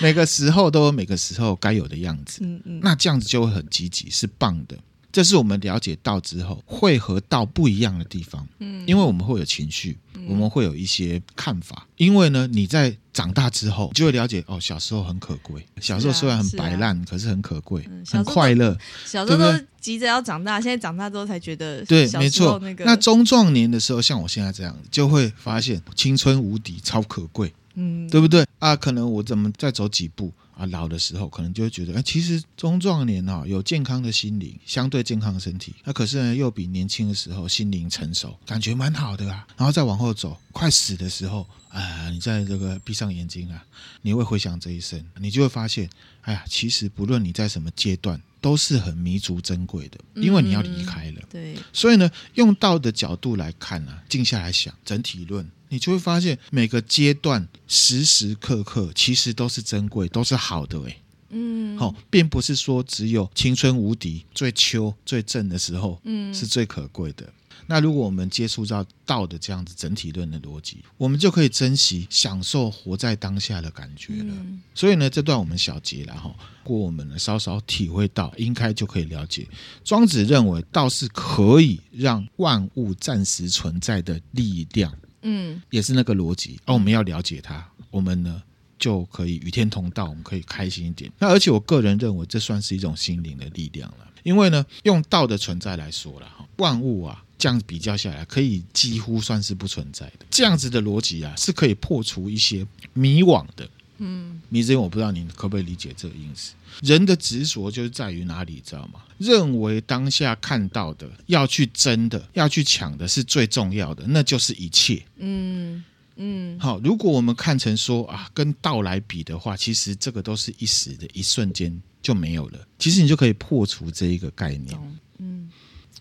[SPEAKER 1] 每个时候都有每个时候该有的样子。
[SPEAKER 2] 嗯嗯，
[SPEAKER 1] 那这样子就会很积极，是棒的。这是我们了解到之后，会和到不一样的地方。嗯，因为我们会有情绪，
[SPEAKER 2] 嗯
[SPEAKER 1] 我们会有一些看法。因为呢，你在长大之后，你就会了解哦，小时候很可贵。小时候虽然很摆烂，可是很可贵，
[SPEAKER 2] 啊嗯小时
[SPEAKER 1] 很
[SPEAKER 2] 候
[SPEAKER 1] 快乐。
[SPEAKER 2] 小时
[SPEAKER 1] 对
[SPEAKER 2] 候
[SPEAKER 1] 不
[SPEAKER 2] 都急着要长大，现在长大之后才觉得
[SPEAKER 1] 对，
[SPEAKER 2] 小
[SPEAKER 1] 没
[SPEAKER 2] 时
[SPEAKER 1] 错。
[SPEAKER 2] 候那个
[SPEAKER 1] 中壮年的时候，像我现在这样，就会发现青春无敌，超可贵，
[SPEAKER 2] 嗯
[SPEAKER 1] 对不对？啊，可能我怎么再走几步啊，老的时候可能就会觉得，哎，其实中壮年啊、有健康的心灵，相对健康的身体，那、可是呢又比年轻的时候心灵成熟，感觉蛮好的啊。然后再往后走，快死的时候，啊，你在这个闭上眼睛啊，你会回想这一生，你就会发现，哎呀，其实不论你在什么阶段，都是很弥足珍贵的，因为你要离开了。
[SPEAKER 2] 对，
[SPEAKER 1] 所以呢，用道的角度来看啊，静下来想整体论，你就会发现每个阶段时时刻刻其实都是珍贵，都是好的诶、欸
[SPEAKER 2] 嗯
[SPEAKER 1] 好、并不是说只有青春无敌、最秋最正的时候，
[SPEAKER 2] 嗯
[SPEAKER 1] 是最可贵的。那如果我们接触到道的这样子整体论的逻辑，我们就可以珍惜、享受活在当下的感觉了。
[SPEAKER 2] 嗯
[SPEAKER 1] 所以呢，这段我们小结了哈，过我们呢稍稍体会到，应该就可以了解，庄子认为道是可以让万物暂时存在的力量，
[SPEAKER 2] 嗯
[SPEAKER 1] 也是那个逻辑。哦而、我们要了解它，我们呢就可以与天同道，我们可以开心一点。那而且我个人认为，这算是一种心灵的力量了，因为呢，用道的存在来说了哈，万物啊。这样比较下来，可以几乎算是不存在的。这样子的逻辑啊，是可以破除一些迷惘的。
[SPEAKER 2] 嗯
[SPEAKER 1] 迷之音，我不知道你可不可以理解这个意思。人的执着就是在于哪里，你知道吗？认为当下看到的、要去争的、要去抢的是最重要的，那就是一切。
[SPEAKER 2] 嗯嗯
[SPEAKER 1] 好，如果我们看成说啊，跟道来比的话，其实这个都是一时的，一瞬间就没有了。其实你就可以破除这一个概念。
[SPEAKER 2] 懂嗯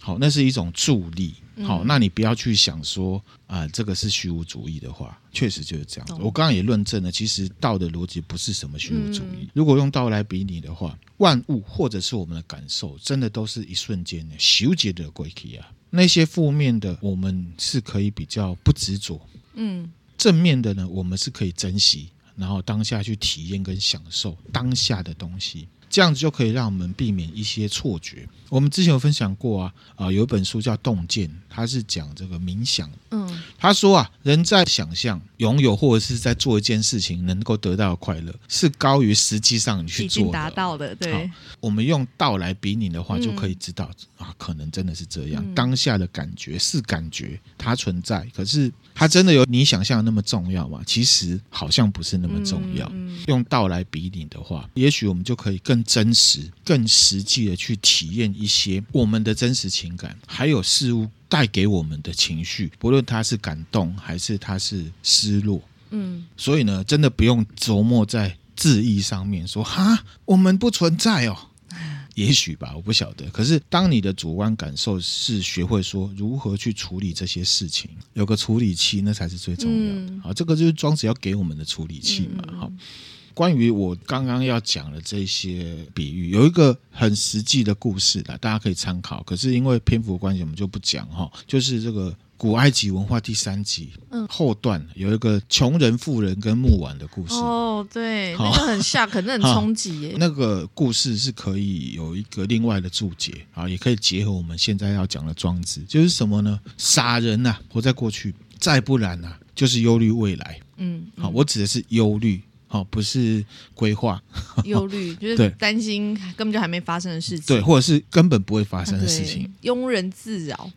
[SPEAKER 1] 好，那是一种助力。好，那你不要去想说啊、这个是虚无主义的话，确实就是这样子。
[SPEAKER 2] 懂
[SPEAKER 1] 我刚刚也论证了，其实道的逻辑不是什么虚无主
[SPEAKER 2] 嗯
[SPEAKER 1] 义。如果用道来比拟的话，万物或者是我们的感受，真的都是一瞬间的，修结的归去啊。那些负面的，我们是可以比较不执着；
[SPEAKER 2] 嗯
[SPEAKER 1] 正面的呢，我们是可以珍惜，然后当下去体验跟享受当下的东西，这样子就可以让我们避免一些错觉。我们之前有分享过啊，啊、有一本书叫《洞见》，它是讲这个冥想。
[SPEAKER 2] 嗯
[SPEAKER 1] 他说啊，人在想象、拥有或者是在做一件事情能够得到的快乐，是高于实际上你去
[SPEAKER 2] 已
[SPEAKER 1] 做
[SPEAKER 2] 经
[SPEAKER 1] 的。
[SPEAKER 2] 达到了，对，
[SPEAKER 1] 我们用道来比拟的话，
[SPEAKER 2] 嗯
[SPEAKER 1] 就可以知道、啊，可能真的是这样。
[SPEAKER 2] 嗯
[SPEAKER 1] 当下的感觉是感觉，它存在，可是它真的有你想象的那么重要吗？其实好像不是那么重要。
[SPEAKER 2] 嗯
[SPEAKER 1] 用道来比拟的话，也许我们就可以更真实、更实际的去体验一些我们的真实情感，还有事物带给我们的情绪，不论它是感动还是它是失落。
[SPEAKER 2] 嗯
[SPEAKER 1] 所以呢，真的不用琢磨在字义上面说哈，我们不存在哦。也许吧，我不晓得。可是，当你的主观感受是学会说如何去处理这些事情，有个处理器，那才是最重要的。
[SPEAKER 2] 嗯
[SPEAKER 1] 好，这个就是庄子要给我们的处理器嘛。
[SPEAKER 2] 嗯嗯嗯
[SPEAKER 1] 好，关于我刚刚要讲的这些比喻，有一个很实际的故事啦，大家可以参考。可是因为篇幅的关系，我们就不讲哈。就是这个古埃及文化第三集、
[SPEAKER 2] 嗯
[SPEAKER 1] 后段有一个穷人、富人跟木碗的故事。
[SPEAKER 2] 哦，对，
[SPEAKER 1] 好
[SPEAKER 2] 那个很 shock，那很
[SPEAKER 1] 好
[SPEAKER 2] 冲击耶，
[SPEAKER 1] 那个故事是可以有一个另外的注解啊，也可以结合我们现在要讲的庄子，就是什么呢？傻人呐、啊活在过去；再不然呐、就是忧虑未来。
[SPEAKER 2] 嗯，
[SPEAKER 1] 好，我指的是忧虑，好，不是规划。
[SPEAKER 2] 忧虑就
[SPEAKER 1] 对
[SPEAKER 2] 是担心根本就还没发生的事情，
[SPEAKER 1] 对，或者是根本不会发
[SPEAKER 2] 啊
[SPEAKER 1] 生的事情。，
[SPEAKER 2] 对庸人自扰，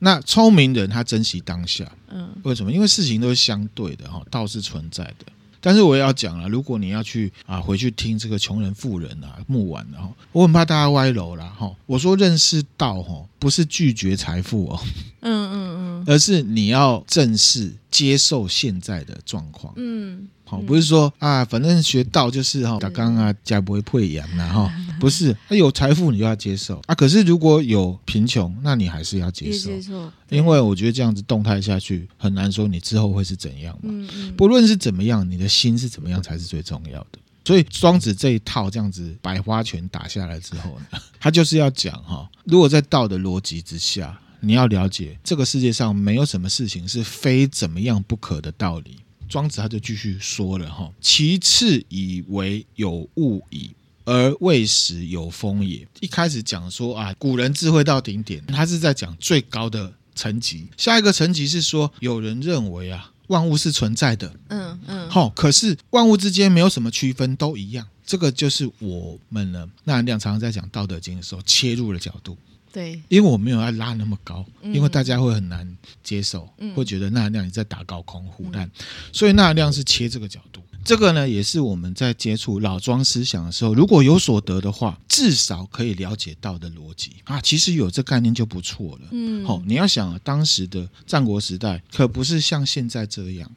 [SPEAKER 1] 那聪明人他珍惜当下，
[SPEAKER 2] 嗯
[SPEAKER 1] 为什么？因为事情都是相对的哈，道是存在的。但是我也要讲了，如果你要去啊回去听这个穷人、富人啊、木碗的哈，我很怕大家歪楼啦哈。我说认识道哈，不是拒绝财富哦，
[SPEAKER 2] 嗯嗯
[SPEAKER 1] 而是你要正视、接受现在的状况。
[SPEAKER 2] 嗯
[SPEAKER 1] 好，不是说啊，反正学道就是哈，打刚啊，家不会配养啦哈，不是，那有财富你就要接受啊。可是如果有贫穷，那你还是要接
[SPEAKER 2] 也
[SPEAKER 1] 受，
[SPEAKER 2] 接受，
[SPEAKER 1] 因为我觉得这样子动态下去，很难说你之后会是怎样嘛。
[SPEAKER 2] 嗯嗯，
[SPEAKER 1] 不论是怎么样，你的心是怎么样才是最重要的。所以庄子这一套这样子百花拳打下来之后呢， 他就是要讲哈，如果在道的逻辑之下，你要了解这个世界上没有什么事情是非怎么样不可的道理。庄子他就继续说了哈，其次以为有物矣，而未始有风也。一开始讲说啊，古人智慧到顶点，他是在讲最高的层级。下一个层级是说，有人认为啊，万物是存在的，
[SPEAKER 2] 嗯嗯，
[SPEAKER 1] 好、可是万物之间没有什么区分，都一样。这个就是我们呢，那亮常常在讲《道德经》的时候切入的角度，
[SPEAKER 2] 对，
[SPEAKER 1] 因为我没有要拉那么高，
[SPEAKER 2] 嗯
[SPEAKER 1] 因为大家会很难接受，
[SPEAKER 2] 嗯
[SPEAKER 1] 会觉得那亮你在打高空胡乱，所以那亮是切这个角度。这个呢，也是我们在接触老庄思想的时候，如果有所得的话，至少可以了解到的逻辑啊，其实有这概念就不错了。
[SPEAKER 2] 嗯，
[SPEAKER 1] 好、你要想啊当时的战国时代可不是像现在这样，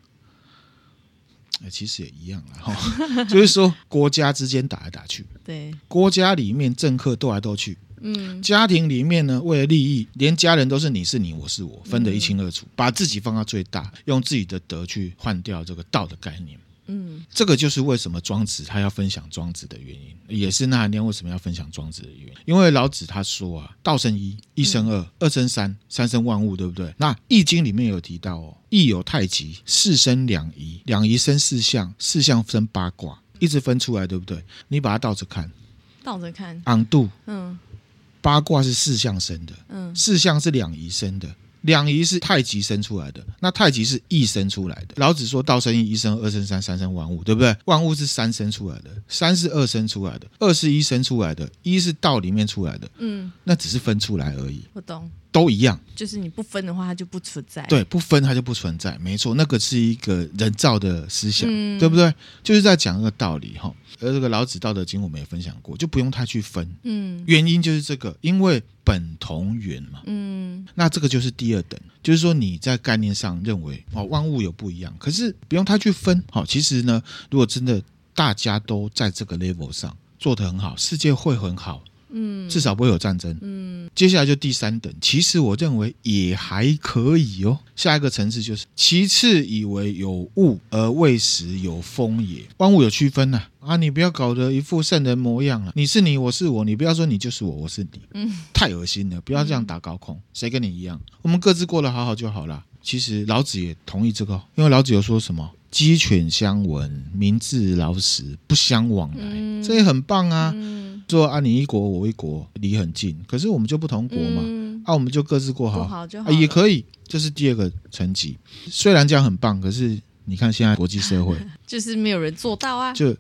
[SPEAKER 1] 呃其实也一样啦。哈、 就是说国家之间打来打去，
[SPEAKER 2] 对，
[SPEAKER 1] 国家里面政客斗来斗去，
[SPEAKER 2] 嗯
[SPEAKER 1] 家庭里面呢为了利益，连家人都是你是你我是我，分得一清二楚，
[SPEAKER 2] 嗯
[SPEAKER 1] 把自己放到最大，用自己的德去换掉这个道的概念。
[SPEAKER 2] 嗯
[SPEAKER 1] 这个就是为什么庄子他要分享庄子的原因，也是那年为什么要分享庄子的原因。因为老子他说啊，道生
[SPEAKER 2] 嗯
[SPEAKER 1] 一，一生二，二生三，三生万物，对不对？那《易经》里面有提到哦，易有太极，四生两仪，两仪生四象，四象生八卦，一直分出来，对不对？你把它倒着看，
[SPEAKER 2] 倒着看，
[SPEAKER 1] 昂度
[SPEAKER 2] 嗯
[SPEAKER 1] 八卦是四象生的，
[SPEAKER 2] 嗯
[SPEAKER 1] 四象是两仪生的，两仪是太极生出来的，那太极是一生出来的。老子说道生一，一生二，二生三，三生万物，对不对？万物是三生出来的，三是二生出来的，二是一生出来的，一是道里面出来的，
[SPEAKER 2] 嗯，
[SPEAKER 1] 那只是分出来而已，
[SPEAKER 2] 我懂，
[SPEAKER 1] 都一样。
[SPEAKER 2] 就是你不分的话，它就不存在，，
[SPEAKER 1] 对，不分它就不存在，没错，那个是一个人造的思想，
[SPEAKER 2] 嗯
[SPEAKER 1] 对不对？就是在讲这个道理哈。而这个老子《道德经》我们也分享过，就不用太去分，
[SPEAKER 2] 嗯
[SPEAKER 1] 原因就是这个，因为本同源嘛。
[SPEAKER 2] 嗯
[SPEAKER 1] 那这个就是第二等，就是说你在概念上认为哦万物有不一样，可是不用太去分。好、其实呢，如果真的大家都在这个 level 上做得很好，世界会很好，
[SPEAKER 2] 嗯
[SPEAKER 1] 至少不会有战争。
[SPEAKER 2] 嗯
[SPEAKER 1] 接下来就第三等，其实我认为也还可以哦。下一个层次就是，其次以为有物而未时有风也。万物有区分呐、啊，你不要搞得一副圣人模样啊了、你是你，我是我，你不要说你就是我，我是你，
[SPEAKER 2] 嗯，
[SPEAKER 1] 太恶心了，不要这样打高空，谁跟你一样？我们各自过得好好就好啦。其实老子也同意这个哦，因为老子有说什么“鸡犬相闻，民至老死不相往来”，
[SPEAKER 2] 嗯
[SPEAKER 1] 这也很棒啊。
[SPEAKER 2] 嗯
[SPEAKER 1] 说啊，你一国我一国，离很近，可是我们就不同国嘛，
[SPEAKER 2] 嗯
[SPEAKER 1] 啊，我们就各自过好，
[SPEAKER 2] 过好就好
[SPEAKER 1] 啊、也
[SPEAKER 2] 以，
[SPEAKER 1] 可以，这是第二个层级。虽然这样很棒，可是你看现在国际社会，
[SPEAKER 2] 就是没有人做到啊，
[SPEAKER 1] 就，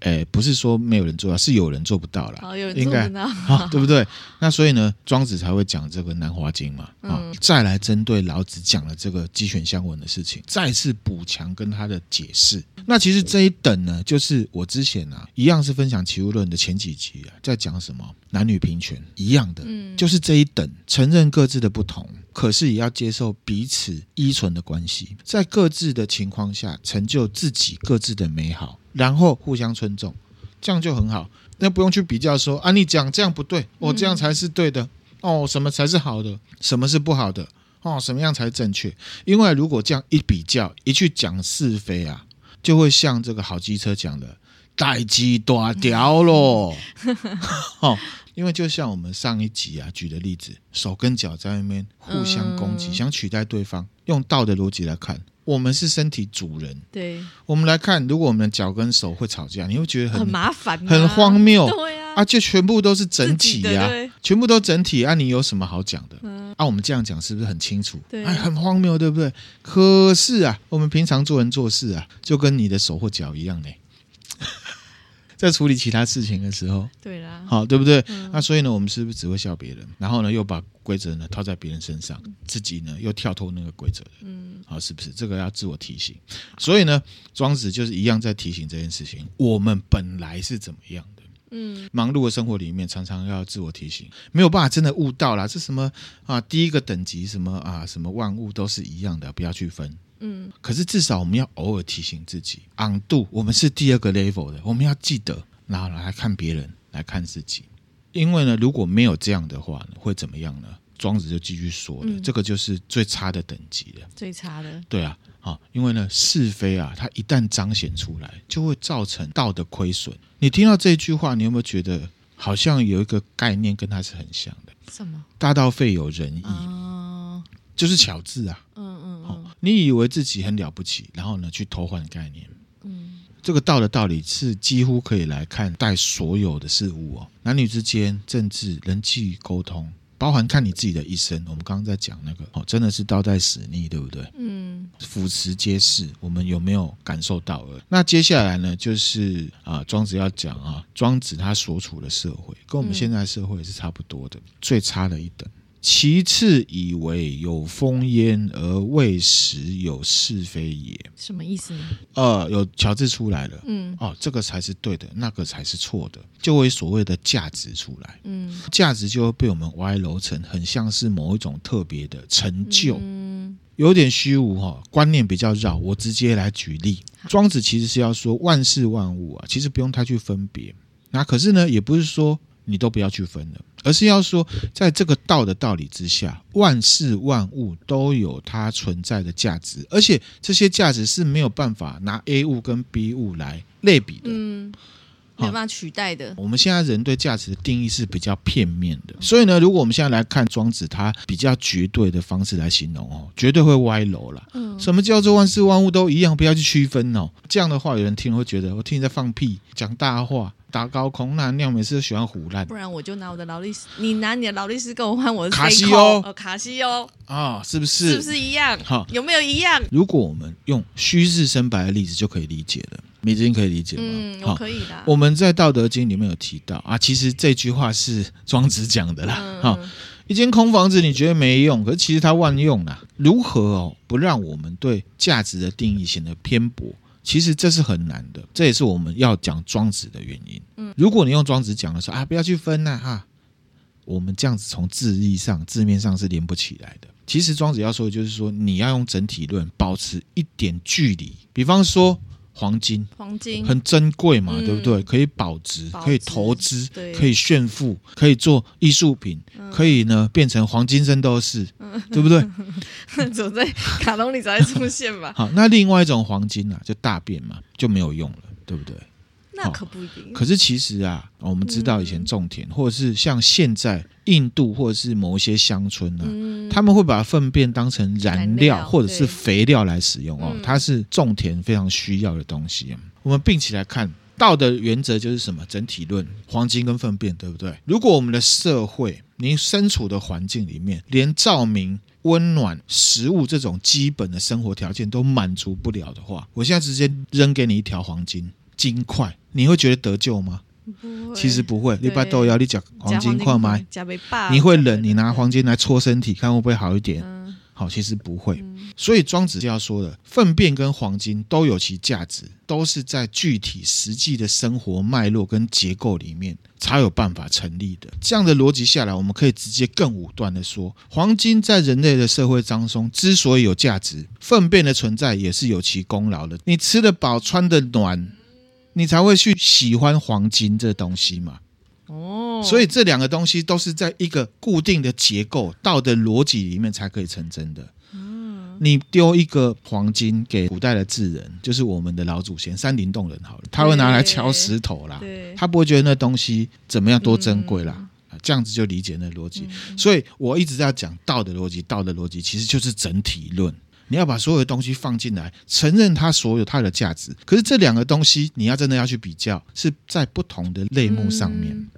[SPEAKER 1] 哎、不是说没有人做到，是有人做不到啦，
[SPEAKER 2] 好有人
[SPEAKER 1] 应
[SPEAKER 2] 做
[SPEAKER 1] 该
[SPEAKER 2] 得到，
[SPEAKER 1] 啊，对不对？那所以呢，庄子才会讲这个《南华经》嘛，啊，
[SPEAKER 2] 嗯
[SPEAKER 1] 再来针对老子讲的这个鸡犬相闻的事情，再次补强跟他的解释。那其实这一等呢，就是我之前啊，一样是分享《齐物论》的前几集啊，在讲什么男女平权一样的，
[SPEAKER 2] 嗯
[SPEAKER 1] 就是这一等，承认各自的不同，可是也要接受彼此依存的关系，在各自的情况下成就自己各自的美好，然后互相尊重，这样就很好。那不用去比较说啊，你讲这样不对，哦，
[SPEAKER 2] 嗯
[SPEAKER 1] 这样才是对的，哦，什么才是好的，什么是不好的，哦，什么样才正确？因为如果这样一比较，一去讲是非啊，就会像这个好机车讲的。代机大条咯，
[SPEAKER 2] 嗯
[SPEAKER 1] 哦，因为就像我们上一集啊举的例子，手跟脚在那边互相攻击，
[SPEAKER 2] 嗯
[SPEAKER 1] 想取代对方。用道的逻辑来看，我们是身体主人，
[SPEAKER 2] 对，
[SPEAKER 1] 我们来看，如果我们的脚跟手会吵架，你会觉得很
[SPEAKER 2] 很麻烦啊，
[SPEAKER 1] 很荒谬
[SPEAKER 2] 对啊，
[SPEAKER 1] 啊，就全部都是整体
[SPEAKER 2] 自己
[SPEAKER 1] 呀、
[SPEAKER 2] 的对嗯
[SPEAKER 1] 全部都整体啊，你有什么好讲的？啊，我们这样讲是不是很清楚？
[SPEAKER 2] 对
[SPEAKER 1] 哎，很荒谬，对不对？可是啊，我们平常做人做事啊，就跟你的手或脚一样呢， 在处理其他事情的时候，
[SPEAKER 2] 对啦，
[SPEAKER 1] 好，对不对？
[SPEAKER 2] 嗯
[SPEAKER 1] 那所以呢，我们是不是只会笑别人，然后呢，又把规则呢套在别人身上，自己呢又跳脱那个规则的？
[SPEAKER 2] 嗯
[SPEAKER 1] 好，是不是？这个要自我提醒。所以呢，庄子就是一样在提醒这件事情：我们本来是怎么样的。
[SPEAKER 2] 嗯
[SPEAKER 1] 忙碌的生活里面，常常要自我提醒，没有办法真的悟到啦。这什么啊？第一个等级什么啊？什么万物都是一样的，不要去分。
[SPEAKER 2] 嗯
[SPEAKER 1] 可是至少我们要偶尔提醒自己昂度我们是第二个 level 的，我们要记得，然后来看别人，来看自己。因为呢，如果没有这样的话，会怎么样呢？庄子就继续说了，
[SPEAKER 2] 嗯
[SPEAKER 1] 这个就是最差的等级了。
[SPEAKER 2] 最差的，
[SPEAKER 1] 对啊，好、因为呢，是非啊，它一旦彰显出来，就会造成道德亏损。你听到这句话，你有没有觉得好像有一个概念跟它是很像的？
[SPEAKER 2] 什么
[SPEAKER 1] 大道废有仁义，
[SPEAKER 2] 啊？
[SPEAKER 1] 就是巧字啊。
[SPEAKER 2] 嗯嗯
[SPEAKER 1] 哦，你以为自己很了不起，然后呢，去偷换概念。
[SPEAKER 2] 嗯
[SPEAKER 1] 这个道的道理是几乎可以来看待所有的事物哦，男女之间、政治、人际沟通，包含看你自己的一生。我们刚刚在讲那个哦，真的是道在使逆，对不对？
[SPEAKER 2] 嗯
[SPEAKER 1] 俯拾皆是，我们有没有感受到了？那接下来呢，就是啊，庄子要讲啊，庄子他所处的社会跟我们
[SPEAKER 2] 嗯
[SPEAKER 1] 现在社会是差不多的，最差的一等。其次，以为有风烟而未时有是非也。
[SPEAKER 2] 嗯，什么意思呢？
[SPEAKER 1] 呃，有乔治出来了，
[SPEAKER 2] 嗯
[SPEAKER 1] 哦，这个才是对的，那个才是错的，就会所谓的价值出来，
[SPEAKER 2] 嗯，
[SPEAKER 1] 价值就会被我们歪楼成很像是某一种特别的成就，
[SPEAKER 2] 嗯
[SPEAKER 1] 有点虚无哈、观念比较绕。我直接来举例，庄子其实是要说万事万物啊，其实不用太去分别。那可是呢，也不是说你都不要去分了，而是要说在这个道的道理之下，万事万物都有它存在的价值，而且这些价值是没有办法拿 A 物跟 B 物来类比的。
[SPEAKER 2] 嗯，没
[SPEAKER 1] 好
[SPEAKER 2] 办法取代的，
[SPEAKER 1] 我们现在人对价值的定义是比较片面的，所以呢，如果我们现在来看庄子，他比较绝对的方式来形容哦，绝对会歪楼啦。
[SPEAKER 2] 嗯
[SPEAKER 1] 什么叫做万事万物都一样？不要去区分哦。这样的话，有人听了会觉得我听你在放屁、讲大话、打高空那那样，每次都喜欢胡乱
[SPEAKER 2] 不然我就拿我的劳力士，你拿你的劳力士跟我换我的
[SPEAKER 1] 卡西
[SPEAKER 2] Seiko，
[SPEAKER 1] 欧
[SPEAKER 2] 呃，卡西欧
[SPEAKER 1] 啊、是不是？
[SPEAKER 2] 是不是一样？
[SPEAKER 1] 好
[SPEAKER 2] 有没有一样？
[SPEAKER 1] 如果我们用虚实生白的例子就可以理解了，米子英可以理解吗？
[SPEAKER 2] 嗯，
[SPEAKER 1] 好
[SPEAKER 2] 我可以的。
[SPEAKER 1] 我们在《道德经》里面有提到啊，其实这句话是庄子讲的啦。
[SPEAKER 2] 嗯
[SPEAKER 1] 哈、一间空房子你觉得没用，可是其实它万用啦。如何哦不让我们对价值的定义显得偏颇？其实这是很难的，这也是我们要讲庄子的原因。嗯，如果你用庄子讲的说啊，不要去分呐、哈、我们这样子从字义上、字面上是连不起来的。其实庄子要说的就是说，你要用整体论，保持一点距离。比方说黄金，
[SPEAKER 2] 黄金
[SPEAKER 1] 很珍贵嘛，
[SPEAKER 2] 嗯
[SPEAKER 1] 对不对？可以保值，
[SPEAKER 2] 保值
[SPEAKER 1] 可以投资，
[SPEAKER 2] 对嗯
[SPEAKER 1] 可以炫富，可以做艺术品，可以呢变成黄金圣斗士，对不对？
[SPEAKER 2] 总在卡通里才会出现吧？
[SPEAKER 1] 好，那另外一种黄金啊，就大便嘛，就没有用了，对不对？
[SPEAKER 2] 嗯那可不一定。
[SPEAKER 1] 可是其实啊，我们知道以前
[SPEAKER 2] 嗯
[SPEAKER 1] 种田，或者是像现在印度或者是某一些乡村啊，
[SPEAKER 2] 嗯，
[SPEAKER 1] 他们会把粪便当成燃
[SPEAKER 2] 燃
[SPEAKER 1] 料
[SPEAKER 2] 料
[SPEAKER 1] 或者是
[SPEAKER 2] 对
[SPEAKER 1] 肥料来使用哦
[SPEAKER 2] 嗯，
[SPEAKER 1] 它是种田非常需要的东西。我们并起来看，道的原则就是什么？整体论，黄金跟粪便，对不对？如果我们的社会，您身处的环境里面，连照明、温暖、食物这种基本的生活条件都满足不了的话，我现在直接扔给你一条黄金金块，你会觉得得救吗？
[SPEAKER 2] 不会
[SPEAKER 1] 其实不会，你把豆芽，你讲黄
[SPEAKER 2] 加
[SPEAKER 1] 金块吗？
[SPEAKER 2] 加倍霸，
[SPEAKER 1] 你会
[SPEAKER 2] 加
[SPEAKER 1] 冷，
[SPEAKER 2] 倍
[SPEAKER 1] 你拿黄金来搓身体，看会不会好一点？
[SPEAKER 2] 嗯
[SPEAKER 1] 好，其实不会。
[SPEAKER 2] 嗯
[SPEAKER 1] 所以庄子要说的，粪便跟黄金都有其价值，都是在具体实际的生活脉络跟结构里面才有办法成立的。这样的逻辑下来，我们可以直接更武断的说，黄金在人类的社会当中之所以有价值，粪便的存在也是有其功劳的。你吃得饱，穿得暖。你才会去喜欢黄金这东西嘛，
[SPEAKER 2] 哦，
[SPEAKER 1] 所以这两个东西都是在一个固定的结构、道德逻辑里面才可以成真的。你丢一个黄金给古代的智人，就是我们的老祖先山林洞人好了，他会拿来敲石头啦，
[SPEAKER 2] 对，嗯
[SPEAKER 1] 他不会觉得那东西怎么样多珍贵啦，啊这样子就理解那逻辑。所以我一直在讲道的逻辑，道的逻辑其实就是整体论。你要把所有的东西放进来，承认它所有它的价值。可是这两个东西，你要真的要去比较，是在不同的类目上面。
[SPEAKER 2] 嗯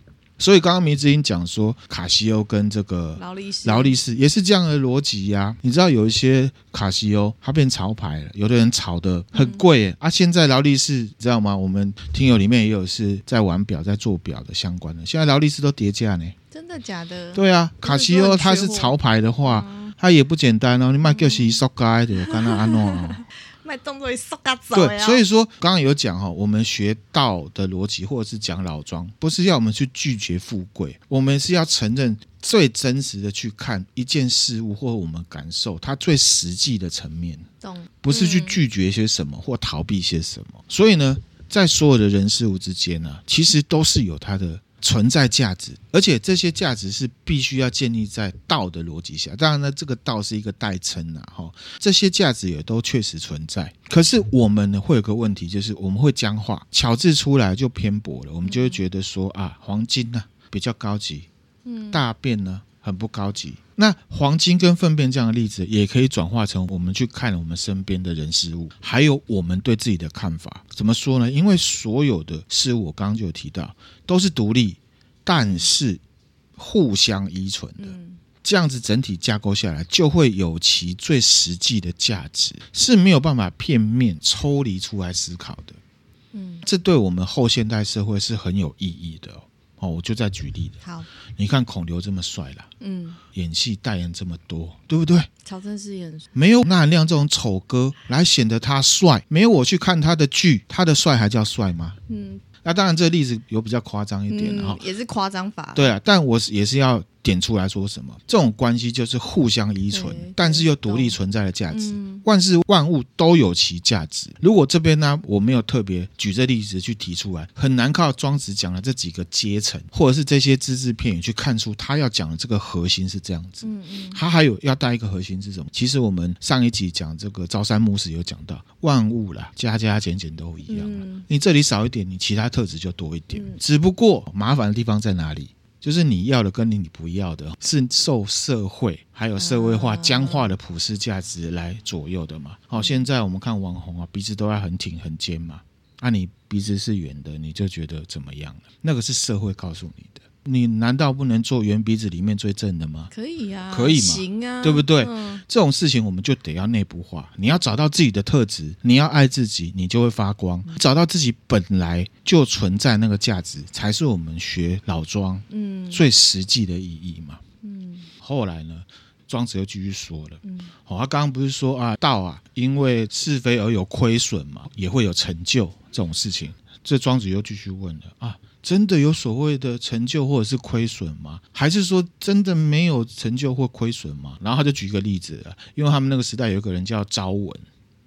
[SPEAKER 1] 所以刚刚迷之音讲说，卡西欧跟这个
[SPEAKER 2] 劳力士，
[SPEAKER 1] 劳力士也是这样的逻辑呀、你知道有一些卡西欧它变潮牌了，有的人炒的很贵
[SPEAKER 2] 嗯
[SPEAKER 1] 耶、啊。现在劳力士你知道吗？我们听友里面也有是在玩表、在做表的相关的，现在劳力士都叠价呢。
[SPEAKER 2] 真的假的？
[SPEAKER 1] 对啊，
[SPEAKER 2] 嗯不是
[SPEAKER 1] 卡西欧
[SPEAKER 2] 说
[SPEAKER 1] 它
[SPEAKER 2] 很缺
[SPEAKER 1] 是
[SPEAKER 2] 货嗯
[SPEAKER 1] 潮牌的话。
[SPEAKER 2] 啊，
[SPEAKER 1] 它也不简单哦，你卖叫是塑胶的，干那安诺哦。
[SPEAKER 2] 卖动作也缩嘎走
[SPEAKER 1] 对，所以说刚刚有讲哈、哦，我们学道的逻辑，或者是讲老庄，不是要我们去拒绝富贵，我们是要承认最真实的去看一件事物或我们感受它最实际的层面，
[SPEAKER 2] 懂
[SPEAKER 1] 不是去拒绝些什么或啊逃避些什么。所以呢，在所有的人事物之间呢、其实都是有它的存在价值，而且这些价值是必须要建立在道的逻辑下。当然呢，这个道是一个代称呐、哈，这些价值也都确实存在。可是我们呢，会有个问题，就是我们会僵化，巧字出来就偏颇了，我们就会觉得说啊，黄金呢、比较高级，
[SPEAKER 2] 嗯，
[SPEAKER 1] 大便呢很不高级。那黄金跟粪便这样的例子，也可以转化成我们去看我们身边的人事物，还有我们对自己的看法。怎么说呢？因为所有的事物，我刚刚就有提到，都是独立，但是互相依存的。
[SPEAKER 2] 嗯
[SPEAKER 1] 这样子整体架构下来，就会有其最实际的价值，是没有办法片面抽离出来思考的。
[SPEAKER 2] 嗯，
[SPEAKER 1] 这对我们后现代社会是很有意义的哦。哦，我就在举例了。
[SPEAKER 2] 好，
[SPEAKER 1] 你看孔刘这么帅啦，
[SPEAKER 2] 嗯，
[SPEAKER 1] 演戏代言这么多，对不对？
[SPEAKER 2] 乔正是演，
[SPEAKER 1] 没有那亮这种丑哥来显得他帅，没有我去看他的剧，他的帅还叫帅吗？
[SPEAKER 2] 嗯，
[SPEAKER 1] 那当然，这个例子有比较夸张一点了哈、
[SPEAKER 2] 嗯，也是夸张法，
[SPEAKER 1] 对啊，但我是也是要点出来说什么，这种关系就是互相依存
[SPEAKER 2] 对，
[SPEAKER 1] 但是又独立
[SPEAKER 2] 懂
[SPEAKER 1] 存在的价值。
[SPEAKER 2] 嗯
[SPEAKER 1] 万事万物都有其价值。如果这边呢，我没有特别举这例子去提出来，很难靠庄子讲的这几个阶层，或者是这些只字片语去看出他要讲的这个核心是这样子。
[SPEAKER 2] 嗯嗯
[SPEAKER 1] 它还有要带一个核心是什么？其实我们上一集讲这个朝三暮四有讲到，万物啦，加加减减都一样啦
[SPEAKER 2] 嗯
[SPEAKER 1] 你这里少一点，你其他特质就多一点。
[SPEAKER 2] 嗯
[SPEAKER 1] 只不过麻烦的地方在哪里？就是你要的跟你不要的，是受社会还有社会化
[SPEAKER 2] 啊嗯
[SPEAKER 1] 僵化的普世价值来左右的嘛。好、现在我们看网红啊，鼻子都要很挺很尖嘛。啊，你鼻子是圆的，你就觉得怎么样了？那个是社会告诉你的。你难道不能做圆鼻子里面最正的吗？
[SPEAKER 2] 可以呀、啊，
[SPEAKER 1] 可以嘛
[SPEAKER 2] 行啊，
[SPEAKER 1] 对不对
[SPEAKER 2] 嗯
[SPEAKER 1] 这种事情我们就得要内部化。你要找到自己的特质，你要爱自己，你就会发光。
[SPEAKER 2] 嗯
[SPEAKER 1] 找到自己本来就存在那个价值，才是我们学老庄
[SPEAKER 2] 嗯
[SPEAKER 1] 最实际的意义嘛。
[SPEAKER 2] 嗯
[SPEAKER 1] 后来呢，庄子又继续说了。
[SPEAKER 2] 嗯
[SPEAKER 1] 哦，他刚刚不是说啊，道啊，因为是非而有亏损嘛，也会有成就这种事情。这庄子又继续问了啊，真的有所谓的成就或者是亏损吗？还是说真的没有成就或亏损吗？然后他就举一个例子了，因为他们那个时代有一个人叫昭文，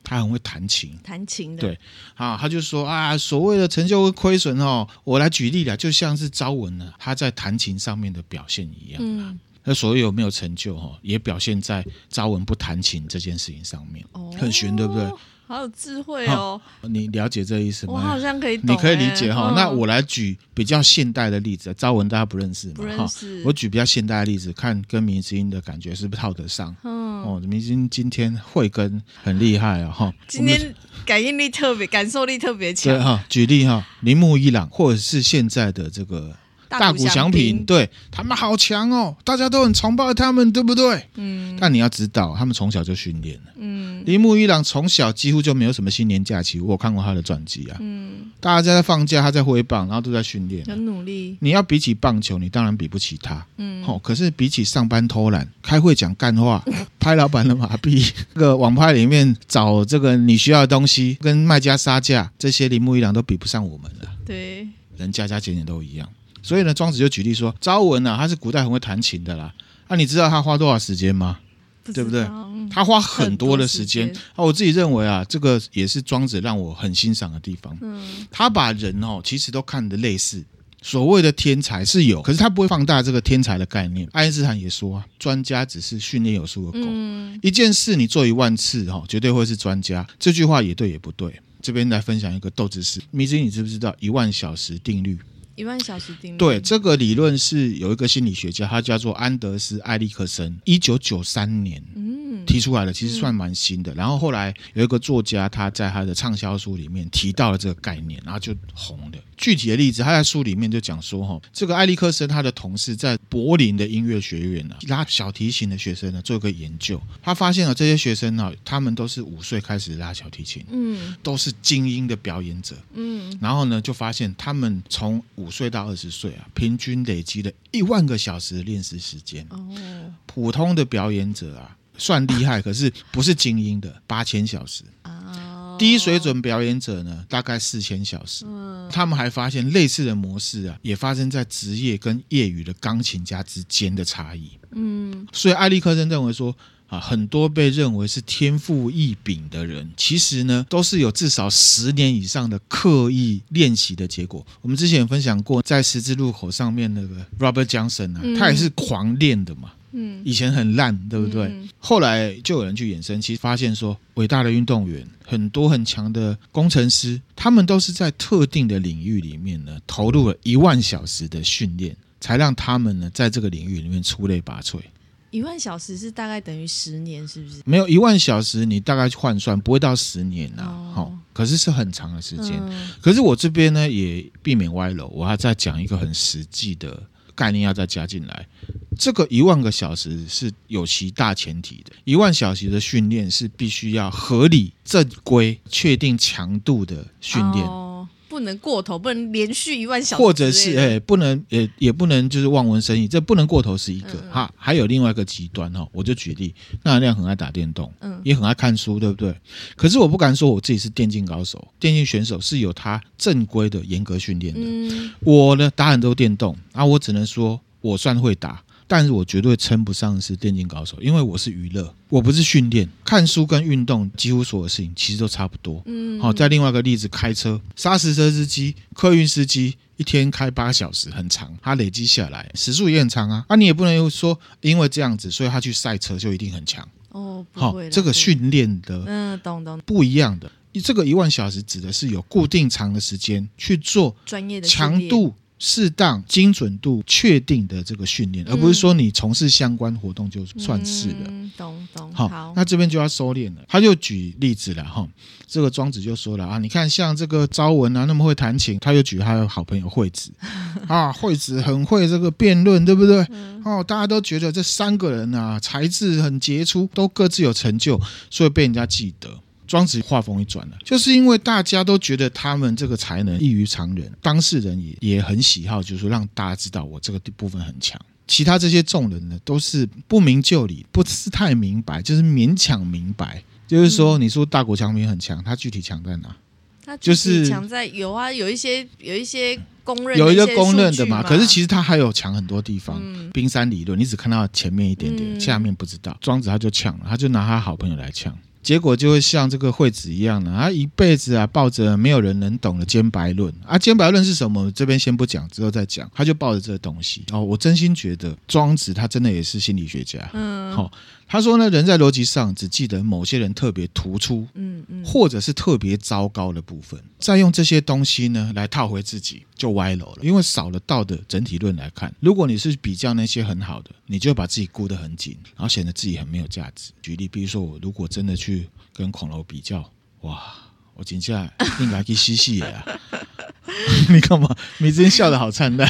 [SPEAKER 1] 他很会弹琴，
[SPEAKER 2] 弹琴的，
[SPEAKER 1] 对啊，他就说啊，所谓的成就跟亏损哦，我来举例了，就像是昭文呢、他在弹琴上面的表现一样。
[SPEAKER 2] 嗯
[SPEAKER 1] 那所有没有成就哈，也表现在招文不弹琴这件事情上面，
[SPEAKER 2] 哦，
[SPEAKER 1] 很玄，对不对？？
[SPEAKER 2] 好有智慧哦，
[SPEAKER 1] 你了解这意思
[SPEAKER 2] 我好
[SPEAKER 1] 吗？
[SPEAKER 2] 像可以懂、
[SPEAKER 1] 你可以理解
[SPEAKER 2] 哎
[SPEAKER 1] 哈。
[SPEAKER 2] 嗯
[SPEAKER 1] 那我来举比较现代的例子，招文大家不认识
[SPEAKER 2] 不
[SPEAKER 1] 嘛
[SPEAKER 2] 认
[SPEAKER 1] 哈。
[SPEAKER 2] 识，
[SPEAKER 1] 我举比较现代的例子，看跟明星的感觉是不是套得上。
[SPEAKER 2] 嗯，
[SPEAKER 1] 哦，明星今天慧根很厉害哦，哈。
[SPEAKER 2] 今天感应力特别，感受力特别
[SPEAKER 1] 对
[SPEAKER 2] 强，
[SPEAKER 1] 哈，举例哈，铃木一朗，或者是现在的这个大谷翔平，
[SPEAKER 2] 平，
[SPEAKER 1] 对他们好强哦，大家都很崇拜他们，对不对？
[SPEAKER 2] 嗯
[SPEAKER 1] 但你要知道，他们从小就训练了。
[SPEAKER 2] 嗯
[SPEAKER 1] 铃木一朗从小几乎就没有什么新年假期，我有看过他的传记啊。
[SPEAKER 2] 嗯，
[SPEAKER 1] 大家在放假，他在挥棒，然后都在训练啊、
[SPEAKER 2] 很努力，
[SPEAKER 1] 你要比起棒球，你当然比不起他。
[SPEAKER 2] 嗯，
[SPEAKER 1] 哦，可是比起上班偷懒、开会讲干话、 拍老板的马屁、 这个网拍里面找这个你需要的东西，跟卖家杀价，这些铃木一朗都比不上我们了。
[SPEAKER 2] 对，
[SPEAKER 1] 人家家减减都一样。所以呢，庄子就举例说，昭文啊，他是古代很会弹琴的啦。啊，你知道他花多少时间吗？对不对
[SPEAKER 2] 知道？嗯
[SPEAKER 1] 他花很多的时间
[SPEAKER 2] 很多时
[SPEAKER 1] 啊，我自己认为啊，这个也是庄子让我很欣赏的地方。
[SPEAKER 2] 嗯
[SPEAKER 1] 他把人哦，其实都看得类似。所谓的天才是有，可是他不会放大这个天才的概念。爱因斯坦也说啊，专家只是训练有素的狗。
[SPEAKER 2] 嗯
[SPEAKER 1] 一件事你做一万次哈、哦，绝对会是专家。这句话也对也不对。这边来分享一个斗智士，迷之，你知不知道一万小时定律？
[SPEAKER 2] 一万小时定律，
[SPEAKER 1] 对，这个理论是有一个心理学家，他叫做安德斯·艾利克森，一九九三年
[SPEAKER 2] 嗯
[SPEAKER 1] 提出来的，其实算蛮新的。然后后来有一个作家，他在他的畅销书里面提到了这个概念，然后就红了。具体的例子，他在书里面就讲说，哈，这个艾利克森他的同事在柏林的音乐学院呢、啊，拉小提琴的学生呢啊做一个研究，他发现了这些学生呢、他们都是五岁开始拉小提琴，
[SPEAKER 2] 嗯
[SPEAKER 1] 都是精英的表演者。
[SPEAKER 2] 嗯
[SPEAKER 1] 然后呢，就发现他们从五岁到二十岁啊，平均累积了一万个小时的练习时间。
[SPEAKER 2] 哦
[SPEAKER 1] 普通的表演者啊，算厉害，可是不是精英的，八千小时。
[SPEAKER 2] 啊，
[SPEAKER 1] 低水准表演者呢，大概四千小时。
[SPEAKER 2] 嗯
[SPEAKER 1] 他们还发现类似的模式啊，也发生在职业跟业余的钢琴家之间的差异。
[SPEAKER 2] 嗯
[SPEAKER 1] 所以艾利克森认为说，啊，很多被认为是天赋异禀的人，其实呢都是有至少十年以上的刻意练习的结果。我们之前也分享过，在十字路口上面那个 Robert Johnson 啊，
[SPEAKER 2] 嗯
[SPEAKER 1] 他也是狂练的嘛。
[SPEAKER 2] 嗯，
[SPEAKER 1] 以前很烂，对不对？
[SPEAKER 2] 嗯
[SPEAKER 1] 后来就有人去衍生，其实发现说，伟大的运动员，很多很强的工程师，他们都是在特定的领域里面呢，投入了一万小时的训练，才让他们呢在这个领域里面出类拔萃。
[SPEAKER 2] 一万小时是大概等于十年，是不是？
[SPEAKER 1] 没有一万小时，你大概去换算不会到十年呐、啊，
[SPEAKER 2] 哦
[SPEAKER 1] 好、可是是很长的时间。
[SPEAKER 2] 嗯
[SPEAKER 1] 可是我这边呢也避免歪楼，我要再讲一个很实际的概念，要再加进来。这个一万个小时是有其大前提的，一万小时的训练是必须要合理、正规、确定强度的训练。
[SPEAKER 2] 哦，不能过头，不能连续一万小时之类的，
[SPEAKER 1] 或者是哎、不能也也不能就是望文生义，这不能过头是一个
[SPEAKER 2] 嗯嗯
[SPEAKER 1] 哈、还有另外一个极端哦，我就举例，那亮很爱打电动，
[SPEAKER 2] 嗯
[SPEAKER 1] 也很爱看书，对不对？可是我不敢说我自己是电竞高手，电竞选手是有他正规的严格训练的，
[SPEAKER 2] 嗯，
[SPEAKER 1] 我呢打很多电动啊，我只能说我算会打，但是我绝对称不上是电竞高手，因为我是娱乐，我不是训练。看书跟运动几乎所有事情其实都差不多。
[SPEAKER 2] 嗯
[SPEAKER 1] 好、再另外一个例子，开车，砂石车司机、客运司机一天开八小时，很长，他累积下来时速也很长啊。啊，你也不能说因为这样子，所以他去赛车就一定很强。
[SPEAKER 2] 哦，不
[SPEAKER 1] 好、
[SPEAKER 2] 会啦
[SPEAKER 1] 这个，
[SPEAKER 2] 不会
[SPEAKER 1] 训练的
[SPEAKER 2] 嗯，懂懂，
[SPEAKER 1] 不一样的。这个一万小时指的是有固定长的时间去做
[SPEAKER 2] 专业的训
[SPEAKER 1] 强
[SPEAKER 2] 练，
[SPEAKER 1] 度、适当、精准度确定的这个训练，而不是说你从事相关活动就算是了。
[SPEAKER 2] 嗯，懂懂，
[SPEAKER 1] 好，那这边就要收敛了。他就举例子了哈，这个庄子就说了啊，你看像这个昭文啊，那么会弹琴，他就举他的好朋友惠子啊，惠子很会这个辩论，对不对？哦，大家都觉得这三个人啊，才智很杰出，都各自有成就，所以被人家记得。庄子话锋一转了，就是因为大家都觉得他们这个才能异于常人，当事人也也很喜好，就是说让大家知道我这个部分很强。其他这些众人呢，都是不明就里，不是太明白，就是勉强明白。就是说，你说大国强民很强，他具体强在哪？
[SPEAKER 2] 他
[SPEAKER 1] 就
[SPEAKER 2] 就是是强在有啊，有一些有一些公认的
[SPEAKER 1] 有一个
[SPEAKER 2] 些
[SPEAKER 1] 公认
[SPEAKER 2] 数
[SPEAKER 1] 的
[SPEAKER 2] 据嘛，
[SPEAKER 1] 可是其实他还有强很多地方。
[SPEAKER 2] 嗯
[SPEAKER 1] 冰山理论，你只看到前面一点点，
[SPEAKER 2] 嗯
[SPEAKER 1] 下面不知道。庄子他就呛了，他就拿他好朋友来呛，结果就会像这个惠子一样呢，他一辈子啊抱着没有人能懂的兼白论啊，兼白论是什么？这边先不讲，之后再讲。他就抱着这个东西哦，我真心觉得庄子他真的也是心理学家。
[SPEAKER 2] 嗯
[SPEAKER 1] 好、他说呢，人在逻辑上只记得某些人特别突出，
[SPEAKER 2] 嗯嗯，
[SPEAKER 1] 或者是特别糟糕的部分，再用这些东西呢来套回自己，就歪楼了。因为少了道的整体论来看，如果你是比较那些很好的，你就把自己箍得很紧，然后显得自己很没有价值。举例，比如说我如果真的去跟孔楼比较，哇，我真下应该去嬉戏啊！ 你干嘛？你今天笑得好灿烂，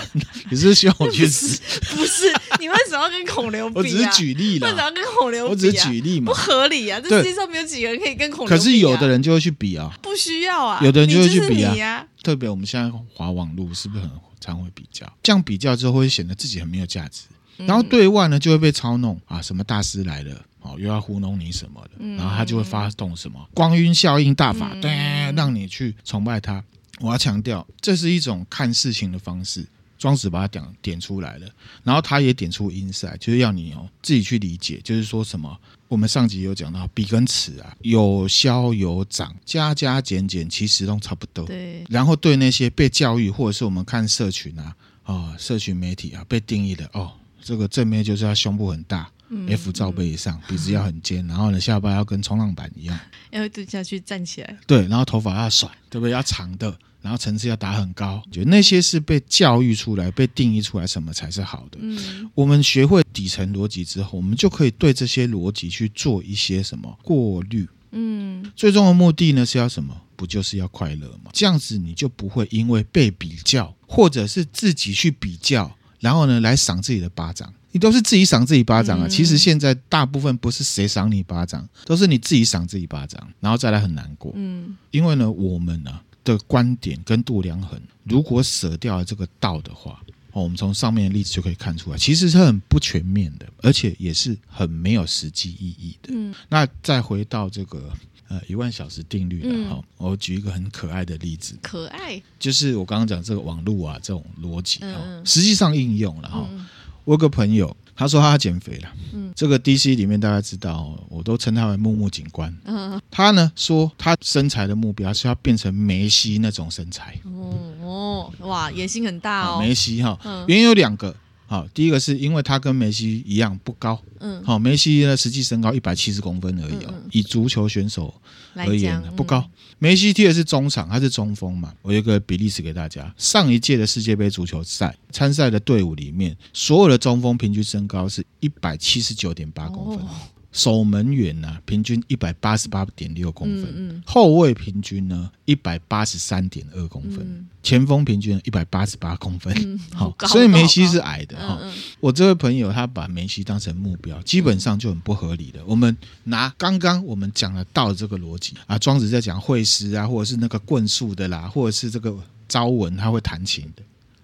[SPEAKER 1] 你是不是希望我去死？
[SPEAKER 2] 不是你为什么要跟孔刘比啊？
[SPEAKER 1] 我只是举例
[SPEAKER 2] 为什么
[SPEAKER 1] 啦，
[SPEAKER 2] 要跟孔刘比啊？
[SPEAKER 1] 我只是举例嘛
[SPEAKER 2] 不。合理啊！这
[SPEAKER 1] 对
[SPEAKER 2] 世界上没有几个人可以跟孔刘比啊、
[SPEAKER 1] 可是有的人就会去比啊，
[SPEAKER 2] 不需要啊，
[SPEAKER 1] 有的人就
[SPEAKER 2] 就
[SPEAKER 1] 会去比啊
[SPEAKER 2] 是你啊，
[SPEAKER 1] 特别我们现在滑网络是不是很常会比较？这样比较之后会显得自己很没有价值，然后对外呢就会被操弄啊，什么大师来了。哦，又要糊弄你什么的，然后他就会发动什么光晕效应大法，对，让你去崇拜他。我要强调，这是一种看事情的方式。庄子把它点点出来了，然后他也点出 insight，就是要你哦自己去理解，就是说什么我们上集有讲到比跟尺啊，有消有长，加加减减其实都差不多。
[SPEAKER 2] 对，
[SPEAKER 1] 然后对那些被教育或者是我们看社群啊，哦，社群媒体啊，被定义的哦，这个正面就是要胸部很大、f 罩杯以上，鼻子要很尖，然后呢下巴要跟冲浪板一样，
[SPEAKER 2] 要蹲下去站起来，
[SPEAKER 1] 对，然后头发要甩，对不对？要长的，然后层次要打很高，觉得那些是被教育出来、被定义出来什么才是好的。
[SPEAKER 2] 嗯
[SPEAKER 1] 我们学会底层逻辑之后，我们就可以对这些逻辑去做一些什么过滤，
[SPEAKER 2] 嗯
[SPEAKER 1] 最终的目的呢是要什么？不就是要快乐吗？这样子你就不会因为被比较，或者是自己去比较，然后呢来赏自己的巴掌。你都是自己赏自己巴掌啊！
[SPEAKER 2] 嗯
[SPEAKER 1] 其实现在大部分不是谁赏你巴掌，都是你自己赏自己巴掌，然后再来很难过。
[SPEAKER 2] 嗯
[SPEAKER 1] 因为呢，我们呢、的观点跟度量衡，如果舍掉了这个道的话，哦，我们从上面的例子就可以看出来，其实是很不全面的，而且也是很没有实际意义的。
[SPEAKER 2] 嗯，
[SPEAKER 1] 那再回到这个呃一万小时定律了
[SPEAKER 2] 嗯
[SPEAKER 1] 哈、我举一个很可爱的例子，
[SPEAKER 2] 可爱，
[SPEAKER 1] 就是我刚刚讲这个网络啊这种逻辑哈、
[SPEAKER 2] 嗯嗯
[SPEAKER 1] 实际上应用了哈、哦
[SPEAKER 2] 嗯
[SPEAKER 1] 我有个朋友，他说他要减肥了。
[SPEAKER 2] 嗯
[SPEAKER 1] 这个 DC 里面大家知道哦，我都称他为木木警官。
[SPEAKER 2] 嗯，
[SPEAKER 1] 他呢说他身材的目标是要变成梅西那种身材。
[SPEAKER 2] 哦哦，哇，野心很大
[SPEAKER 1] 啊，
[SPEAKER 2] 哦，
[SPEAKER 1] 梅西哈、
[SPEAKER 2] 嗯
[SPEAKER 1] 原因有两个。好、第一个是因为他跟梅西一样不高，
[SPEAKER 2] 嗯，
[SPEAKER 1] 好、梅西呢实际身高一百七十公分而已哦，
[SPEAKER 2] 嗯嗯
[SPEAKER 1] 以足球选手
[SPEAKER 2] 来
[SPEAKER 1] 而言
[SPEAKER 2] 讲
[SPEAKER 1] 啊
[SPEAKER 2] 嗯
[SPEAKER 1] 不高，。梅西踢的是中场，他是中锋嘛。我有一个比例尺给大家，上一届的世界杯足球赛参赛的队伍里面，所有的中锋平均身高是一百七十九点八公分，
[SPEAKER 2] 哦
[SPEAKER 1] 守门员呢、平均一百八十八点六公
[SPEAKER 2] 嗯
[SPEAKER 1] 分，
[SPEAKER 2] 嗯
[SPEAKER 1] 后卫平均呢一百八十三点二公分，
[SPEAKER 2] 嗯
[SPEAKER 1] 前锋平均一百八十八公分。
[SPEAKER 2] 嗯，
[SPEAKER 1] 好、
[SPEAKER 2] 高
[SPEAKER 1] 所以梅西
[SPEAKER 2] 高
[SPEAKER 1] 是
[SPEAKER 2] 高
[SPEAKER 1] 矮的哈、
[SPEAKER 2] 嗯嗯
[SPEAKER 1] 我这位朋友他把梅西当成目标，基本上就很不合理的。我们拿刚刚我们讲的道的这个逻辑啊，庄子在讲会师啊，或者是那个棍术的啦，或者是这个招文他会弹琴的。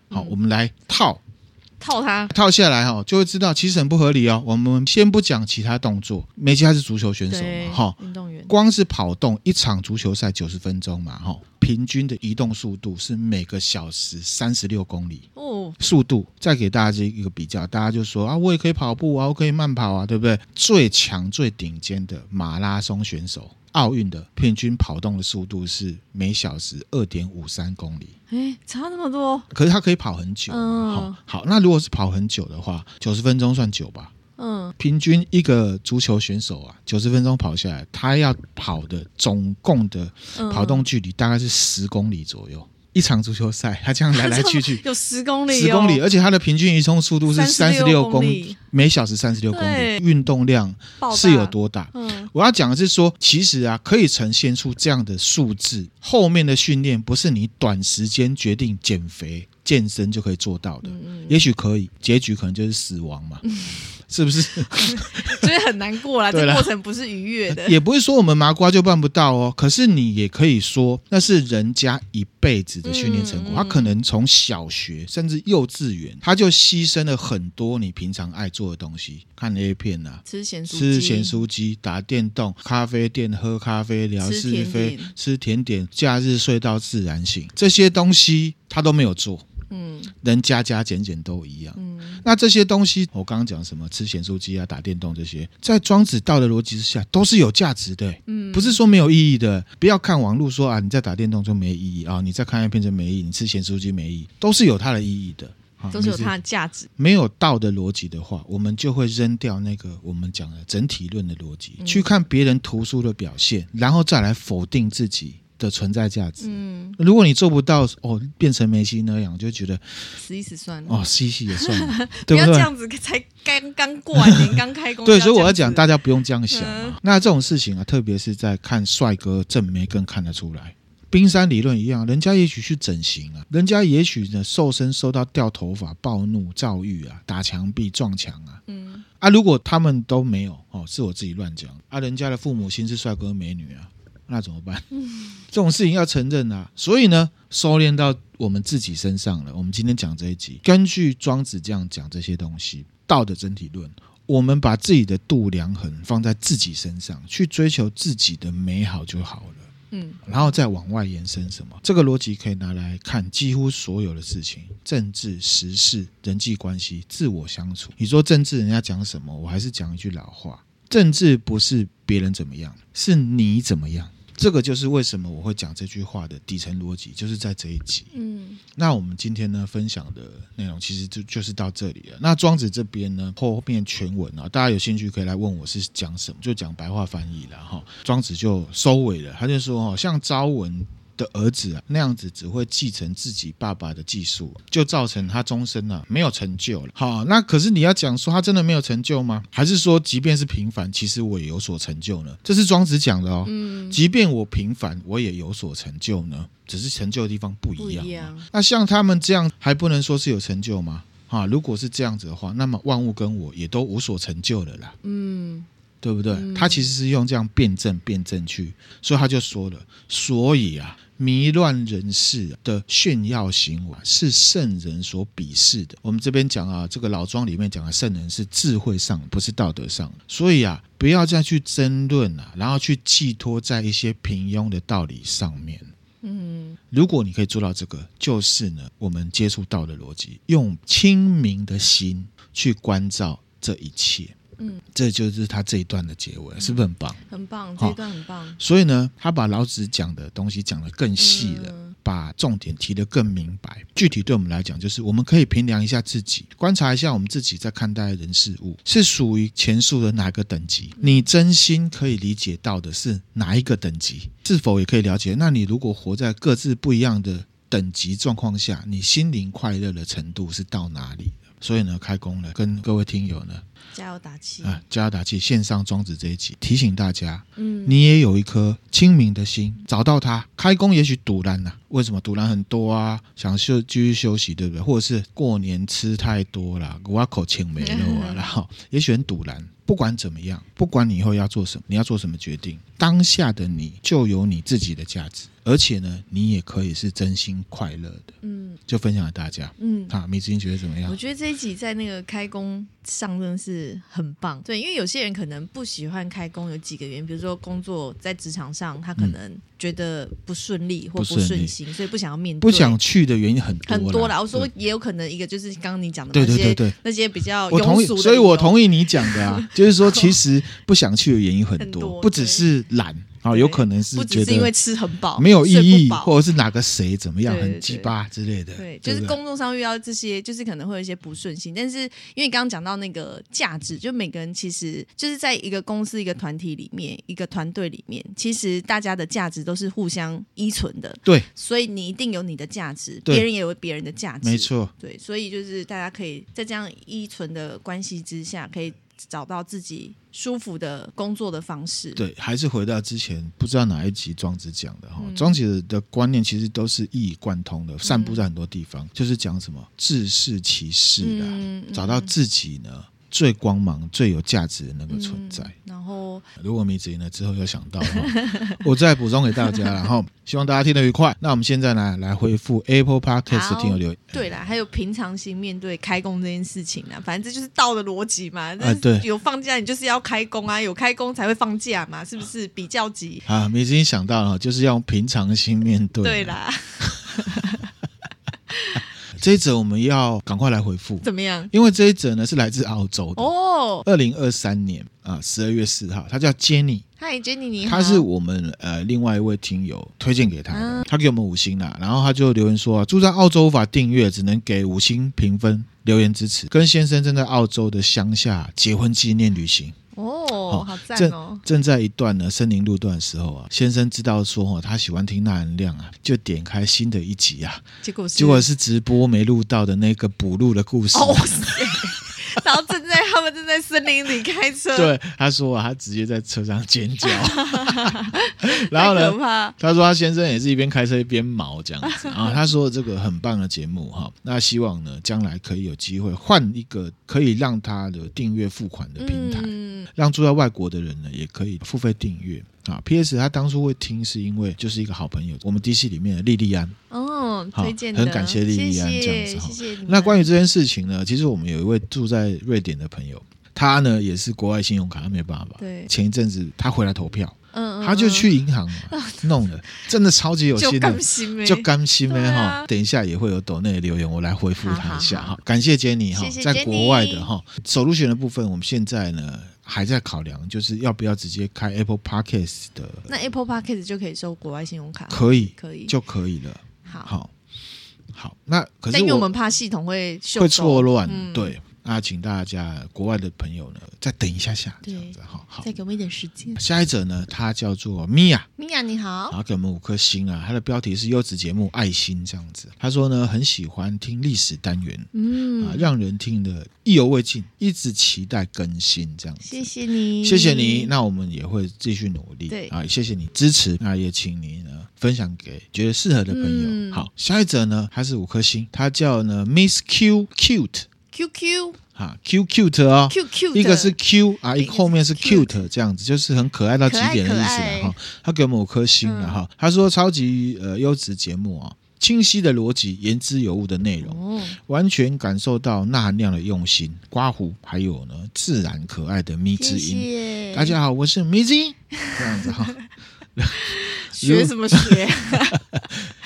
[SPEAKER 1] 好，
[SPEAKER 2] 嗯
[SPEAKER 1] 我们来套
[SPEAKER 2] 套他，
[SPEAKER 1] 套下来哈、就会知道其实很不合理哦。我们先不讲其他动作，梅西他是足球选手
[SPEAKER 2] 对
[SPEAKER 1] 嘛，哈、，
[SPEAKER 2] 运动员，
[SPEAKER 1] 光是跑动一场足球赛九十分钟嘛，哈、平均的移动速度是每个小时三十六公里，
[SPEAKER 2] 哦，
[SPEAKER 1] 速度，再给大家这一个比较，大家就说啊，我也可以跑步啊，我可以慢跑啊，对不对？最强最顶尖的马拉松选手，奥运的平均跑动的速度是每小时二点五三公里，
[SPEAKER 2] 哎，差那么多，
[SPEAKER 1] 可是他可以跑很久嘛。啊
[SPEAKER 2] 嗯
[SPEAKER 1] 好、好，那如果是跑很久的话，九十分钟算久吧。
[SPEAKER 2] 嗯，
[SPEAKER 1] 平均一个足球选手啊，九十分钟跑下来，他要跑的总共的
[SPEAKER 2] 嗯
[SPEAKER 1] 跑 动距离大概是十公里左右。一场足球赛，他这样来来去去，
[SPEAKER 2] 有十公里，哦
[SPEAKER 1] 十公里，，而呃且它的平均移动速度是三十六公
[SPEAKER 2] 36公里
[SPEAKER 1] 每小时三十六公里
[SPEAKER 2] 对，
[SPEAKER 1] 运动量
[SPEAKER 2] 爆
[SPEAKER 1] 是有
[SPEAKER 2] 炸？
[SPEAKER 1] 多大？
[SPEAKER 2] 嗯
[SPEAKER 1] 我要讲的是说，其实啊，可以呈现出这样的数字，后面的训练不是你短时间决定减肥健身就可以做到的，
[SPEAKER 2] 嗯嗯，
[SPEAKER 1] 也许可以，结局可能就是死亡 嘛，是不是？
[SPEAKER 2] 所以很难过 啦，
[SPEAKER 1] 对
[SPEAKER 2] 这
[SPEAKER 1] 啦
[SPEAKER 2] 过程不是愉悦的，
[SPEAKER 1] 呃也不是说我们麻瓜就办不到哦，可是你也可以说那是人家一辈子的训练成果，
[SPEAKER 2] 嗯
[SPEAKER 1] 他可能从小学甚至幼稚园，他就牺牲了很多你平常爱做的东西，看 A 片啊。
[SPEAKER 2] 吃咸酥
[SPEAKER 1] 吃
[SPEAKER 2] 鸡
[SPEAKER 1] 咸酥鸡、打电动、咖啡店喝咖啡、聊
[SPEAKER 2] 吃
[SPEAKER 1] 是
[SPEAKER 2] 甜
[SPEAKER 1] 非
[SPEAKER 2] 点、
[SPEAKER 1] 吃甜点、假日睡到自然醒，这些东西他都没有做，
[SPEAKER 2] 嗯
[SPEAKER 1] 人加加减减都一样。
[SPEAKER 2] 嗯，
[SPEAKER 1] 那这些东西，我刚刚讲什么吃咸酥鸡啊、打电动这些，在庄子道的逻辑之下，都是有价值的、
[SPEAKER 2] 嗯
[SPEAKER 1] 不是说没有意义的。不要看网络说啊，你在打电动就没意义啊，你在看 A 片就没意义，你吃咸酥鸡没意义，都是有它的意义的。啊
[SPEAKER 2] 都是有
[SPEAKER 1] 你
[SPEAKER 2] 它的价值，
[SPEAKER 1] 没有道的逻辑的话，我们就会扔掉那个我们讲的整体论的逻辑，
[SPEAKER 2] 嗯
[SPEAKER 1] 去看别人图书的表现，然后再来否定自己的存在价值。
[SPEAKER 2] 嗯，
[SPEAKER 1] 如果你做不到哦，变成梅西那样，就觉得
[SPEAKER 2] 死一死算了，
[SPEAKER 1] 哦，西西也算 了，
[SPEAKER 2] 不
[SPEAKER 1] 对
[SPEAKER 2] 要
[SPEAKER 1] 对？
[SPEAKER 2] 这样子，才刚刚过完年，刚开工 就
[SPEAKER 1] 对，
[SPEAKER 2] 这样子，
[SPEAKER 1] 所以我要讲，大家不用这样想
[SPEAKER 2] 嗯
[SPEAKER 1] 啊。那这种事情啊，特别是在看帅哥正妹更看得出来。冰山理论一样，啊人家也许去整形啊，人家也许呢瘦身瘦到掉头发、暴怒、躁郁啊、打墙壁、撞墙啊
[SPEAKER 2] 嗯
[SPEAKER 1] 啊！如果他们都没有哦，是我自己乱讲啊，人家的父母亲是帅哥美女啊，那怎么办？
[SPEAKER 2] 嗯
[SPEAKER 1] 这种事情要承认啊。所以呢，收敛到我们自己身上了。我们今天讲这一集，根据庄子这样讲这些东西，道的整体论，我们把自己的度量衡放在自己身上，去追求自己的美好就好了。
[SPEAKER 2] 嗯
[SPEAKER 1] 然后再往外延伸什么？这个逻辑可以拿来看几乎所有的事情，政治、时事、人际关系、自我相处。你说政治，人家讲什么？我还是讲一句老话：政治不是别人怎么样，是你怎么样。这个就是为什么我会讲这句话的底层逻辑，就是在这一集。
[SPEAKER 2] 嗯
[SPEAKER 1] 那我们今天呢分享的内容其实就就是到这里啊了。那庄子这边呢后面全文啊，大家有兴趣可以来问我是讲什么，就讲白话翻译了哈。庄子就收尾了，他就说哦，像昭文。的儿子啊，那样子只会继承自己爸爸的技术，就造成他终身啊没有成就了。好，那可是你要讲说他真的没有成就吗？还是说即便是平凡，其实我也有所成就呢？这是庄子讲的哦。
[SPEAKER 2] 嗯，
[SPEAKER 1] 即便我平凡，我也有所成就呢，只是成就的地方不
[SPEAKER 2] 不
[SPEAKER 1] 一样啊
[SPEAKER 2] 一
[SPEAKER 1] 嘛。
[SPEAKER 2] 样，
[SPEAKER 1] 那像他们这样还不能说是有成就吗？啊，如果是这样子的话，那么万物跟我也都无所成就了啦，
[SPEAKER 2] 嗯
[SPEAKER 1] 对不对？
[SPEAKER 2] 嗯
[SPEAKER 1] 他其实是用这样辩证辩证去，所以他就说了，所以啊，迷乱人世的炫耀行为是圣人所鄙视的。我们这边讲啊，这个老庄里面讲的圣人是智慧上，不是道德上，所以啊，不要再去争论啊，然后去寄托在一些平庸的道理上面。
[SPEAKER 2] 嗯
[SPEAKER 1] 如果你可以做到这个，就是呢，我们接触到的逻辑，用清明的心去关照这一切。
[SPEAKER 2] 嗯，
[SPEAKER 1] 这就是他这一段的结尾，是不是很棒？
[SPEAKER 2] 很棒，
[SPEAKER 1] 好
[SPEAKER 2] 这一段很棒。
[SPEAKER 1] 所以呢，他把老子讲的东西讲得更细了，
[SPEAKER 2] 嗯
[SPEAKER 1] 把重点提得更明白。具体对我们来讲，就是我们可以评量一下自己，观察一下我们自己在看待人事物是属于前述的哪个等级。你真心可以理解到的是哪一个等级？是否也可以了解？那你如果活在各自不一样的等级状况下，你心灵快乐的程度是到哪里的？所以呢，开工了，跟各位听友呢
[SPEAKER 2] 加油打气。
[SPEAKER 1] 啊，加油打气！线上庄子这一集提醒大家，
[SPEAKER 2] 嗯，
[SPEAKER 1] 你也有一颗清明的心，找到它。开工也许堵然呐、为什么堵然很多啊？想休继续休息，对不对？或者是过年吃太多了，我口请没了 啊，然后也许很堵然。不管怎么样，不管你以后要做什么，你要做什么决定，当下的你就有你自己的价值，而且呢，你也可以是真心快乐的。
[SPEAKER 2] 嗯
[SPEAKER 1] 就分享给大家。
[SPEAKER 2] 嗯，
[SPEAKER 1] 啊，米子英觉得怎么
[SPEAKER 2] 我
[SPEAKER 1] 样？
[SPEAKER 2] 觉得这一集在那个开工上真的是很棒，对，因为有些人可能不喜欢开工，有几个原因，比如说工作在职场上，他可能觉得不顺利或
[SPEAKER 1] 嗯不
[SPEAKER 2] 不
[SPEAKER 1] 顺利
[SPEAKER 2] 顺心，所以不想要面对，
[SPEAKER 1] 不想去的原因很多
[SPEAKER 2] 很多啦。我
[SPEAKER 1] 对
[SPEAKER 2] 说也有可能一个就是刚刚你讲的
[SPEAKER 1] 对
[SPEAKER 2] 那
[SPEAKER 1] 对对
[SPEAKER 2] 些
[SPEAKER 1] 对
[SPEAKER 2] 那些比较
[SPEAKER 1] 我同
[SPEAKER 2] 哦庸
[SPEAKER 1] 意
[SPEAKER 2] 俗，的
[SPEAKER 1] 所以我
[SPEAKER 2] 理由
[SPEAKER 1] 同意你讲的 啊，就是说，其实不想去的原因很
[SPEAKER 2] 很
[SPEAKER 1] 多，
[SPEAKER 2] 多
[SPEAKER 1] 不只是懒啊，
[SPEAKER 2] 对
[SPEAKER 1] 有可能是
[SPEAKER 2] 不
[SPEAKER 1] 觉
[SPEAKER 2] 只是因为
[SPEAKER 1] 得
[SPEAKER 2] 吃很饱，
[SPEAKER 1] 没有意
[SPEAKER 2] 睡不
[SPEAKER 1] 义，
[SPEAKER 2] 饱
[SPEAKER 1] 或者是哪个谁怎么样
[SPEAKER 2] 对
[SPEAKER 1] 很
[SPEAKER 2] 对
[SPEAKER 1] 鸡巴之类的，
[SPEAKER 2] 对，就是
[SPEAKER 1] 不
[SPEAKER 2] 工作上遇到这些，就是可能会有一些不顺心，但是因为你刚刚讲到那个价值，就每个人其实就是在一个公司、一个团体里面、一个团队里面，其实大家的价值都是互相依存的，
[SPEAKER 1] 对，
[SPEAKER 2] 所以你一定有你的价值，
[SPEAKER 1] 对
[SPEAKER 2] 别人也有别人的价值，
[SPEAKER 1] 没。错，
[SPEAKER 2] 对，所以就是大家可以在这样依存的关系之下，可以找到自己舒服的工作的方式。，
[SPEAKER 1] 对，还是回到之前不知道哪一集庄子讲的哈，
[SPEAKER 2] 嗯
[SPEAKER 1] 庄子的观念其实都是一以贯通的，散布在很多地方，就是讲什么自是其是啦，
[SPEAKER 2] 嗯嗯
[SPEAKER 1] 找到自己呢最光芒、最有价值的那个
[SPEAKER 2] 嗯
[SPEAKER 1] 存在。
[SPEAKER 2] 然后
[SPEAKER 1] 如果米子赢了之后又想到，哈 我再补充给大家，然后希望大家听得愉快。那我们现在呢，来回复 Apple Podcast 的
[SPEAKER 2] 好
[SPEAKER 1] 听友留言。
[SPEAKER 2] 对啦，还有平常心面对开工这件事情啊，反正这就是道的逻辑嘛。
[SPEAKER 1] 哎对
[SPEAKER 2] 有放假你就是要开工啊，有开工才会放假嘛，是不是？比较级，
[SPEAKER 1] 啊，米子英想到了，就是要用平常心面对。
[SPEAKER 2] 对，啦，
[SPEAKER 1] 这一则我们要赶快来回复，
[SPEAKER 2] 怎么样？
[SPEAKER 1] 因为这一则呢是来自澳洲的，
[SPEAKER 2] 哦，
[SPEAKER 1] 二零二三年啊十二月四号，他叫 Jenny，
[SPEAKER 2] 嗨，Jenny，你好，
[SPEAKER 1] 他是我们呃另外一位听友推荐给他
[SPEAKER 2] 嗯
[SPEAKER 1] 的，他给我们五星啦，然后他就留言说啊，住在澳洲无法订阅，只能给五星评分。留言支持，跟先生正在澳洲的乡下结婚纪念旅行，
[SPEAKER 2] 哦，好赞哦
[SPEAKER 1] 正，正在一段呢森林路段的时候啊，先生知道说哦，他喜欢听那人亮啊，就点开新的一集啊，
[SPEAKER 2] 结果是
[SPEAKER 1] 结果是直播没录到的那个补录的故事。
[SPEAKER 2] 哦，哇塞然后正在他们正在森林里开车，，
[SPEAKER 1] 对，他说啊，他直接在车上尖 叫， 然后呢
[SPEAKER 2] 可，怕，
[SPEAKER 1] 他说他先生也是一边开车一边毛这样子 啊。他说这个很棒的节目哈，那希望呢将来可以有机会换一个可以让他的订阅付款的平台，
[SPEAKER 2] 嗯，
[SPEAKER 1] 让住在外国的人呢也可以付费订阅啊。P.S. 他当初会听是因为就是一个好朋友，我们 D.C. 里面的莉莉安。
[SPEAKER 2] 哦，
[SPEAKER 1] 好
[SPEAKER 2] 推荐的，
[SPEAKER 1] 很感谢莉莉安
[SPEAKER 2] 谢
[SPEAKER 1] 这样子
[SPEAKER 2] 谢
[SPEAKER 1] 哈
[SPEAKER 2] 谢谢你们。
[SPEAKER 1] 那关于这件事情呢，其实我们有一位住在瑞典的朋友，他呢也是国外信用卡，他没办法。
[SPEAKER 2] 对
[SPEAKER 1] 前一阵子他回来投票，
[SPEAKER 2] 嗯，嗯，哦
[SPEAKER 1] 他就去银 行嘛弄了，真的超级有
[SPEAKER 2] 嗯就
[SPEAKER 1] 心的
[SPEAKER 2] 甘。心欸
[SPEAKER 1] 就甘心呗
[SPEAKER 2] 对
[SPEAKER 1] 哈
[SPEAKER 2] 啊，
[SPEAKER 1] 等一下也会有抖内的留言，我来回复他一下
[SPEAKER 2] 好好
[SPEAKER 1] 哈。感谢杰尼哈
[SPEAKER 2] 谢，谢
[SPEAKER 1] 在
[SPEAKER 2] Jenny
[SPEAKER 1] 国外的哈首入选的部分，我们现在呢还在考量，就是要不要直接开 Apple Podcast 的，
[SPEAKER 2] 那 Apple Podcast 就可以收国外信用卡，
[SPEAKER 1] 可以
[SPEAKER 2] 可以
[SPEAKER 1] 就可以了。
[SPEAKER 2] 好，
[SPEAKER 1] 好，好，那可
[SPEAKER 2] 但
[SPEAKER 1] 是
[SPEAKER 2] 因为我
[SPEAKER 1] 我
[SPEAKER 2] 们怕系统会秀
[SPEAKER 1] 会
[SPEAKER 2] 走
[SPEAKER 1] 错乱，
[SPEAKER 2] 嗯
[SPEAKER 1] 对。那请大家国外的朋友呢，再等一下下，这样子哈。好
[SPEAKER 2] 再，给我们一点时间。
[SPEAKER 1] 下一者呢，他叫做米娅，
[SPEAKER 2] 米娅你好
[SPEAKER 1] 然，后给我们五颗星啊。他的标题是优质节目爱心这样子。他说呢，很喜欢听历史单元，啊，
[SPEAKER 2] 嗯，
[SPEAKER 1] 让人听得意犹未尽，一直期待更新这样子。
[SPEAKER 2] 谢谢你，
[SPEAKER 1] 谢谢你，那我们也会继续努力。
[SPEAKER 2] 对
[SPEAKER 1] 啊，谢谢你支持，那也请你呢分享给觉得适合的朋友。
[SPEAKER 2] 嗯
[SPEAKER 1] 好，下一则呢，它是五颗星，它叫呢 Miss Q Cute
[SPEAKER 2] QQ
[SPEAKER 1] 啊，Q Cute 哦
[SPEAKER 2] QQ，
[SPEAKER 1] 一个是 Q 啊，一
[SPEAKER 2] 一
[SPEAKER 1] 个
[SPEAKER 2] 个是
[SPEAKER 1] 后面是
[SPEAKER 2] cute
[SPEAKER 1] cute 这样子，就是很可爱到极点的意思
[SPEAKER 2] 可爱嗯
[SPEAKER 1] 了
[SPEAKER 2] 可爱
[SPEAKER 1] 哈。他给我们五颗星了哈，他说超级呃优质节目啊、清晰的逻辑，言之有物的内容。
[SPEAKER 2] 哦，
[SPEAKER 1] 完全感受到那含量的用心、刮胡，还有呢自然可爱的咪之
[SPEAKER 2] 谢
[SPEAKER 1] 音。
[SPEAKER 2] 谢
[SPEAKER 1] 大家好，我 是咪之音，这样子哈。
[SPEAKER 2] 学什么学？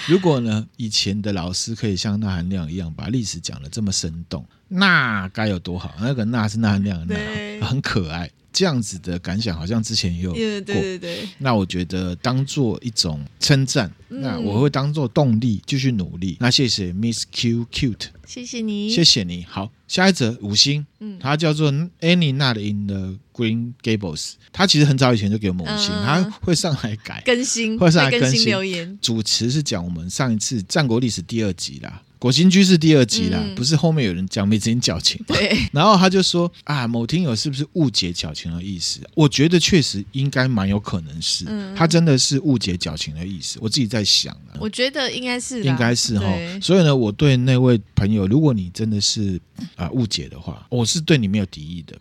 [SPEAKER 1] 如果呢，以前的老师可以像那含量一样把历史讲得这么生动，那该有多好！那个“那”是那含量的
[SPEAKER 2] 对
[SPEAKER 1] 那，很可爱。这样子的感想好像之前也 有
[SPEAKER 2] 对
[SPEAKER 1] 过。
[SPEAKER 2] 对对对，
[SPEAKER 1] 那我觉得当做一种称赞，
[SPEAKER 2] 嗯
[SPEAKER 1] 那我会当做动力继续努力。那谢谢 Miss Q Cute，
[SPEAKER 2] 谢谢你，
[SPEAKER 1] 谢谢你。好，下一则五星，
[SPEAKER 2] 嗯
[SPEAKER 1] 它叫做 Annie Not in the Green Gables。它其实很早以前就给我们五星，
[SPEAKER 2] 嗯
[SPEAKER 1] 它会上来改。
[SPEAKER 2] 更新，
[SPEAKER 1] 或者是来
[SPEAKER 2] 会
[SPEAKER 1] 更
[SPEAKER 2] 新
[SPEAKER 1] 新嗯
[SPEAKER 2] 留言，
[SPEAKER 1] 主持是讲我们上一次战国历史第二集啦，国新居是第二集啦，
[SPEAKER 2] 嗯
[SPEAKER 1] 不是后面有人讲美子音矫情。
[SPEAKER 2] 对，
[SPEAKER 1] 然后他就说啊，某听友是不是误解矫情的意思？我觉得确实应该蛮有可能是，
[SPEAKER 2] 嗯
[SPEAKER 1] 他真的是误解矫情的意思。我自己在想啊，
[SPEAKER 2] 我觉得应该是啦，
[SPEAKER 1] 应该是哈
[SPEAKER 2] 对。
[SPEAKER 1] 所以呢，我对那位朋友，如果你真的是啊、误解的话，我是对你没有敌意的。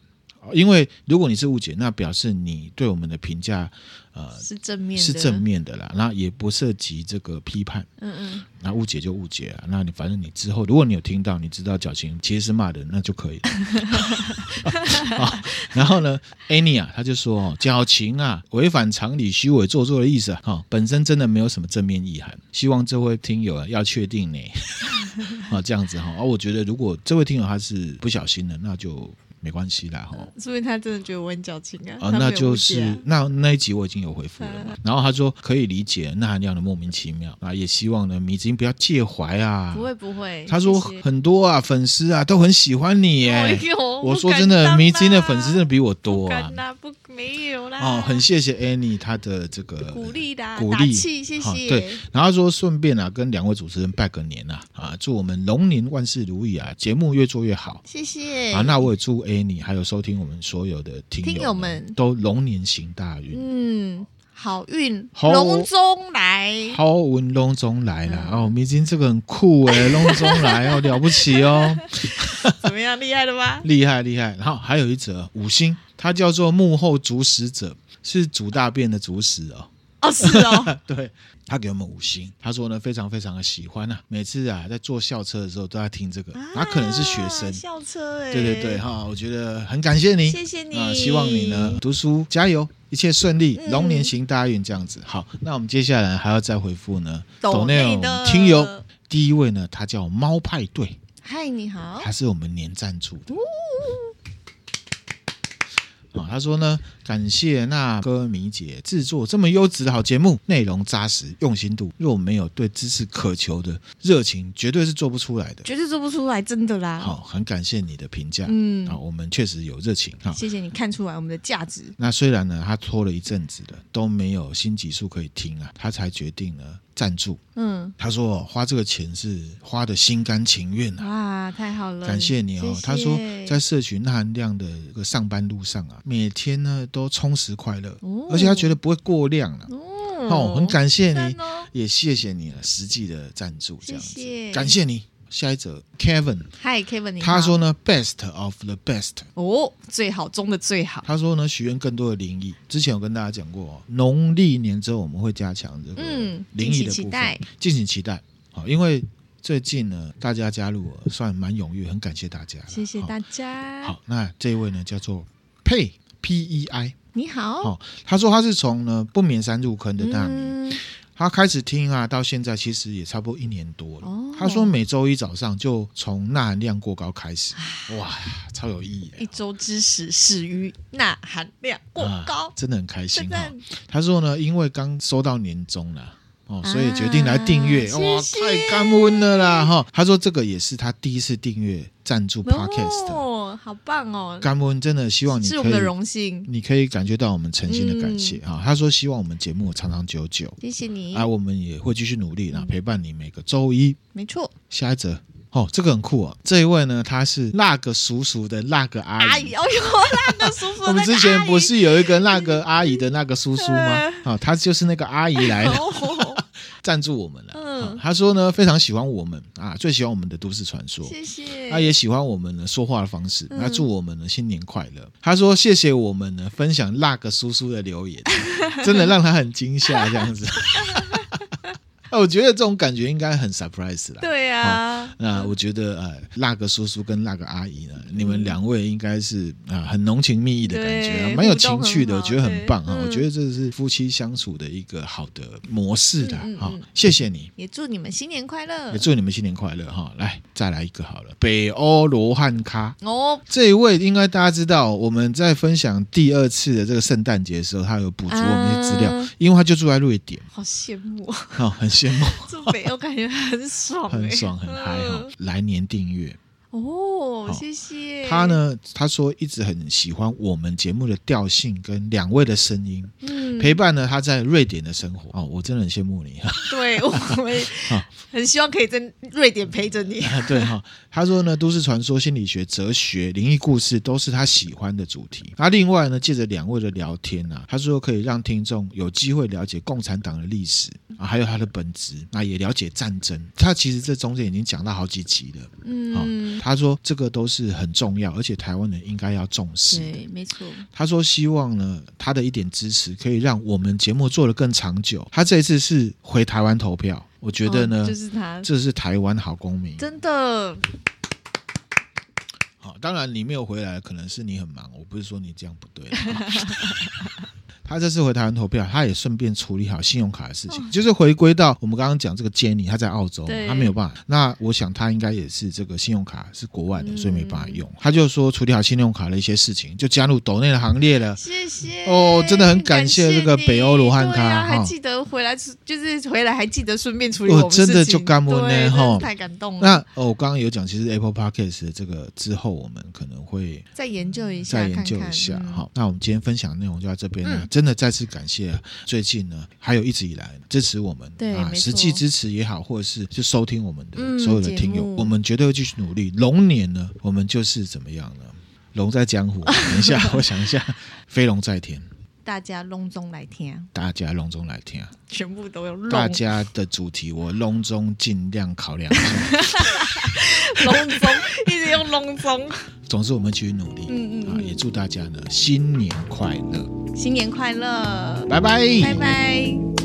[SPEAKER 1] 因为如果你是误解，那表示你对我们的评价，呃，
[SPEAKER 2] 是正面的，
[SPEAKER 1] 是正，面的啦，那也不涉及这个批判。
[SPEAKER 2] 嗯嗯，
[SPEAKER 1] 那误解就误解啊，那你反正你之后，如果你有听到，你知道矫情其实是骂人，那就可以了。 好然后呢，Annie 啊，他就说哦，矫情啊，违反常理、虚伪做作的意思啊，哦，本身真的没有什么正面意涵。希望这位听友啊要确定呢，啊，这样子 哈、哦，啊，我觉得如果这位听友他是不小心的，那就没关系啦，哈、哦。
[SPEAKER 2] 说明他真的觉得我很矫情啊，
[SPEAKER 1] 啊，
[SPEAKER 2] 嗯他没有
[SPEAKER 1] 那就
[SPEAKER 2] 误解
[SPEAKER 1] 是
[SPEAKER 2] 啊嗯
[SPEAKER 1] 那那一集我已经有回复了嘛，然后他说可以理解那含量的莫名其妙啊，也希望呢米子英不要介怀啊，
[SPEAKER 2] 不会不会，
[SPEAKER 1] 他说
[SPEAKER 2] 谢谢
[SPEAKER 1] 很多啊，粉丝啊都很喜欢你耶。
[SPEAKER 2] 哎呦
[SPEAKER 1] 我说真的，迷之音的粉丝真的
[SPEAKER 2] 的
[SPEAKER 1] 比我多啊
[SPEAKER 2] 敢。啦，不没有啦，
[SPEAKER 1] 哦，很谢谢 Annie 她的这个
[SPEAKER 2] 啊鼓励的啊，
[SPEAKER 1] 鼓
[SPEAKER 2] 打
[SPEAKER 1] 励，
[SPEAKER 2] 气，谢
[SPEAKER 1] 好
[SPEAKER 2] 谢，
[SPEAKER 1] 对，然后他说顺便啊，跟两位主持人拜个年啊，啊，祝我们龙年万事如意啊，节目越做越好。
[SPEAKER 2] 谢谢
[SPEAKER 1] 啊，那我也祝 Annie 还有收听我们所有的听
[SPEAKER 2] 听友们
[SPEAKER 1] 都龙年行大运，
[SPEAKER 2] 嗯，好运
[SPEAKER 1] 好
[SPEAKER 2] 龙中来，
[SPEAKER 1] 好运龙中来啦！
[SPEAKER 2] 嗯
[SPEAKER 1] 哦，迷津这个很酷哎，龙中来哦，了不起哦。
[SPEAKER 2] 怎么样，厉害了吧？
[SPEAKER 1] 厉害厉害。然后还有一则五星，它叫做幕后主使者，是煮大便的主使哦。
[SPEAKER 2] 哦，是哦，
[SPEAKER 1] 对他给我们五星，他说呢非常非常的喜欢啊，每次啊在坐校车的时候都在听这个，他可能是学生
[SPEAKER 2] 啊，校车哎，
[SPEAKER 1] 对对对，哈，我觉得很感谢你，
[SPEAKER 2] 谢谢你
[SPEAKER 1] 啊希望你呢读书加油，一切顺利，
[SPEAKER 2] 嗯
[SPEAKER 1] 龙年行大运这样子。好，那我们接下来还要再回复呢，
[SPEAKER 2] 抖
[SPEAKER 1] 内
[SPEAKER 2] 内
[SPEAKER 1] 容
[SPEAKER 2] 的
[SPEAKER 1] 听友，第一位呢，他叫猫派对，
[SPEAKER 2] 嗨，你好
[SPEAKER 1] 他，是我们年赞助的。啊、他说呢，感谢那歌迷姐制作这么优质的好节目，内容扎实，用心度。若没有对知识渴求的热情，绝对是做不出来的。
[SPEAKER 2] 绝对做不出来，真的啦。
[SPEAKER 1] 好、，很感谢你的评价。
[SPEAKER 2] 嗯
[SPEAKER 1] 啊、我们确实有热情。好、
[SPEAKER 2] 谢谢你看出来我们的价值。
[SPEAKER 1] 那虽然呢，他拖了一阵子了，都没有新集数可以听啊，他才决定呢赞助。
[SPEAKER 2] 嗯，
[SPEAKER 1] 他说、哦花这个钱是花的心甘情愿啊。
[SPEAKER 2] 哇，太好了，
[SPEAKER 1] 感谢你哦。
[SPEAKER 2] 谢谢
[SPEAKER 1] 他说，在社群那含量的这个上班路上啊，每天呢都充实快乐，
[SPEAKER 2] 哦
[SPEAKER 1] 而且他觉得不会过量了、
[SPEAKER 2] 哦
[SPEAKER 1] 哦，很感谢
[SPEAKER 2] 赞
[SPEAKER 1] 你，
[SPEAKER 2] 哦。
[SPEAKER 1] 也谢谢你了，实际的赞助这样子，
[SPEAKER 2] 谢谢
[SPEAKER 1] 感谢你。下一则 Kevin，
[SPEAKER 2] 嗨，Kevin，你好
[SPEAKER 1] 他说呢，best of the best。
[SPEAKER 2] 哦，最好中的最好。
[SPEAKER 1] 他说呢，许愿更多的灵异。之前有跟大家讲过、哦，农历年之后我们会加强这个
[SPEAKER 2] 嗯
[SPEAKER 1] 灵异的
[SPEAKER 2] 敬
[SPEAKER 1] 部
[SPEAKER 2] 请期
[SPEAKER 1] 分，
[SPEAKER 2] 待
[SPEAKER 1] 敬请期待。好，因为最近呢，大家加入我算蛮踊跃，很感谢大家啦，
[SPEAKER 2] 谢谢
[SPEAKER 1] 好
[SPEAKER 2] 大家。
[SPEAKER 1] 好，那这一位呢叫做佩 P E I
[SPEAKER 2] 你好，
[SPEAKER 1] 哦，他说他是从呢不眠山入坑的大迷，
[SPEAKER 2] 嗯，
[SPEAKER 1] 他开始听啊，到现在其实也差不多一年多了。
[SPEAKER 2] 哦
[SPEAKER 1] 他说每周一早上就从钠含量过高开始，哇，超有意义的。
[SPEAKER 2] 一周之时始于钠含量哎过
[SPEAKER 1] 啊
[SPEAKER 2] 高，，
[SPEAKER 1] 真的很开心
[SPEAKER 2] 真
[SPEAKER 1] 哈、
[SPEAKER 2] 的
[SPEAKER 1] 他说呢，因为刚收到年终了。哦，所以
[SPEAKER 2] 啊
[SPEAKER 1] 决定来订阅，
[SPEAKER 2] 谢
[SPEAKER 1] 哇，
[SPEAKER 2] 谢
[SPEAKER 1] 太感恩了啦！哈、他说这个也是他第一次订阅赞助 podcast，
[SPEAKER 2] 哦，好棒哦，
[SPEAKER 1] 感恩真的希望你
[SPEAKER 2] 是我
[SPEAKER 1] 可
[SPEAKER 2] 们
[SPEAKER 1] 以
[SPEAKER 2] 的荣幸，
[SPEAKER 1] 你可以感觉到我们诚心的感谢
[SPEAKER 2] 嗯
[SPEAKER 1] 啊、他说希望我们节目长长久久，
[SPEAKER 2] 谢谢你
[SPEAKER 1] 啊，，我们也会继续努力，
[SPEAKER 2] 嗯
[SPEAKER 1] 然后陪伴你每个周一。
[SPEAKER 2] 没错，
[SPEAKER 1] 下一则哦，这个很酷哦，这一位呢，他是那个叔叔的那个阿
[SPEAKER 2] 阿
[SPEAKER 1] 姨。
[SPEAKER 2] 姨，哎呦，那个叔叔，
[SPEAKER 1] 我们之前不是有一个那个阿姨的那个叔叔吗？啊、他就是那个阿姨来 了
[SPEAKER 2] 哦，
[SPEAKER 1] 赞助我们了。
[SPEAKER 2] 嗯
[SPEAKER 1] 啊他说呢，非常喜欢我们啊，最喜欢我们的都市传说。
[SPEAKER 2] 谢谢，
[SPEAKER 1] 他也喜欢我们呢说话的方式，
[SPEAKER 2] 嗯
[SPEAKER 1] 那祝我们呢新年快乐。他说谢谢我们呢分享那个叔叔的留 言，真的让他很惊吓这样子。啊我觉得这种感觉应该很 surprise 啦。
[SPEAKER 2] 对啊，
[SPEAKER 1] 那我觉得呃，辣个叔叔跟辣个阿姨呢，你们两位应该是啊、很浓情蜜意的感觉啊，
[SPEAKER 2] 对
[SPEAKER 1] 蛮有
[SPEAKER 2] 互动
[SPEAKER 1] 情趣的，
[SPEAKER 2] 很
[SPEAKER 1] 我
[SPEAKER 2] 好
[SPEAKER 1] 觉得很
[SPEAKER 2] 对
[SPEAKER 1] 棒啊。我
[SPEAKER 2] 嗯
[SPEAKER 1] 觉得这是夫妻相处的一个好的模式的
[SPEAKER 2] 嗯嗯
[SPEAKER 1] 啊
[SPEAKER 2] 嗯。
[SPEAKER 1] 谢谢你。
[SPEAKER 2] 也祝你们新年快乐
[SPEAKER 1] 也。祝你们新年快乐哈！来，再来一个好了，北欧罗汉咖
[SPEAKER 2] 哦，
[SPEAKER 1] 这一位应该大家知道，我们在分享第二次的这个圣诞节的时候，他有补足我们一些资料，
[SPEAKER 2] 啊
[SPEAKER 1] 因为他就住在瑞典，
[SPEAKER 2] 好羡慕哦，
[SPEAKER 1] 哈、很羡慕，
[SPEAKER 2] 住北欧感觉很爽、欸，
[SPEAKER 1] 很爽，很嗨哈、
[SPEAKER 2] 嗯
[SPEAKER 1] 来年订阅
[SPEAKER 2] 哦
[SPEAKER 1] 好，
[SPEAKER 2] 谢谢。
[SPEAKER 1] 他？呢，他说一直很喜欢我们节目的调性跟两位的声音，
[SPEAKER 2] 嗯，
[SPEAKER 1] 陪伴了他在瑞典的生活哦，我真的很羡慕你。
[SPEAKER 2] 对我 们
[SPEAKER 1] 嗯
[SPEAKER 2] 很希望可以在瑞典陪着你。
[SPEAKER 1] 啊，对哈、他说呢，都市传说、心理学、哲学、灵异故事都是他喜欢的主题。那另外呢，借着两位的聊天啊，他说可以让听众有机会了解共产党的历史啊，还有它的本质，那也了解战争。他其实这中间已经讲到好几集了。好
[SPEAKER 2] 嗯，
[SPEAKER 1] 他说这个都是很重要，而且台湾人应该要重视的。
[SPEAKER 2] 对，没错。
[SPEAKER 1] 他说希望呢，他的一点支持可以让我们节目做得更长久。他这一次是回台湾投票，我觉得呢，
[SPEAKER 2] 哦就是他，
[SPEAKER 1] 这是台湾好公民。
[SPEAKER 2] 真的
[SPEAKER 1] 好，当然你没有回来，可能是你很忙。我不是说你这样不对。 他这次回台湾投票，他也顺便处理好信用卡的事情，就是回归到我们刚刚讲这个 Jenny，他在澳洲嘛，
[SPEAKER 2] 哦对
[SPEAKER 1] 他没有办法。那我想他应该也是这个信用卡是国外的，
[SPEAKER 2] 嗯
[SPEAKER 1] 所以没办法用。他就说处理好信用卡的一些事情，就加入抖内的行列了。
[SPEAKER 2] 谢谢
[SPEAKER 1] 哦真的很感
[SPEAKER 2] 感
[SPEAKER 1] 谢
[SPEAKER 2] 谢
[SPEAKER 1] 这个
[SPEAKER 2] 你
[SPEAKER 1] 北欧罗汉咖
[SPEAKER 2] 对啊，
[SPEAKER 1] 哈
[SPEAKER 2] 还记得回来就是回来还记得顺便处理
[SPEAKER 1] 哦
[SPEAKER 2] 我们事
[SPEAKER 1] 真的
[SPEAKER 2] 情
[SPEAKER 1] 就感恩呢
[SPEAKER 2] 对真的
[SPEAKER 1] 吼
[SPEAKER 2] 太感动了。
[SPEAKER 1] 那哦，我刚刚有讲，其实 Apple Podcast 的这个之后，我们可能会
[SPEAKER 2] 再研究一下，
[SPEAKER 1] 再研究一下
[SPEAKER 2] 看看嗯
[SPEAKER 1] 好，那我们今天分享的内容就到这边了。
[SPEAKER 2] 嗯
[SPEAKER 1] 真的再次感谢最近呢，还有一直以来支持我们，
[SPEAKER 2] 对
[SPEAKER 1] 啊，
[SPEAKER 2] 没错
[SPEAKER 1] 实际支持也好，或者是就收听我们的
[SPEAKER 2] 嗯
[SPEAKER 1] 所有的听友，
[SPEAKER 2] 节目
[SPEAKER 1] 我们绝对会继续努力。龙年呢，我们就是怎么样呢？龙在江 湖。等一下，我想一下，飞龙在天，
[SPEAKER 2] 大家隆中来听，
[SPEAKER 1] 大家隆中来听啊！
[SPEAKER 2] 全部都有隆
[SPEAKER 1] 大家的主题我隆中尽量考量一下。
[SPEAKER 2] 隆中，一直用隆中。
[SPEAKER 1] 总之，我们继续努力。
[SPEAKER 2] 嗯嗯嗯
[SPEAKER 1] 啊，也祝大家呢新年快乐，
[SPEAKER 2] 新年快乐，
[SPEAKER 1] 拜拜
[SPEAKER 2] 拜拜。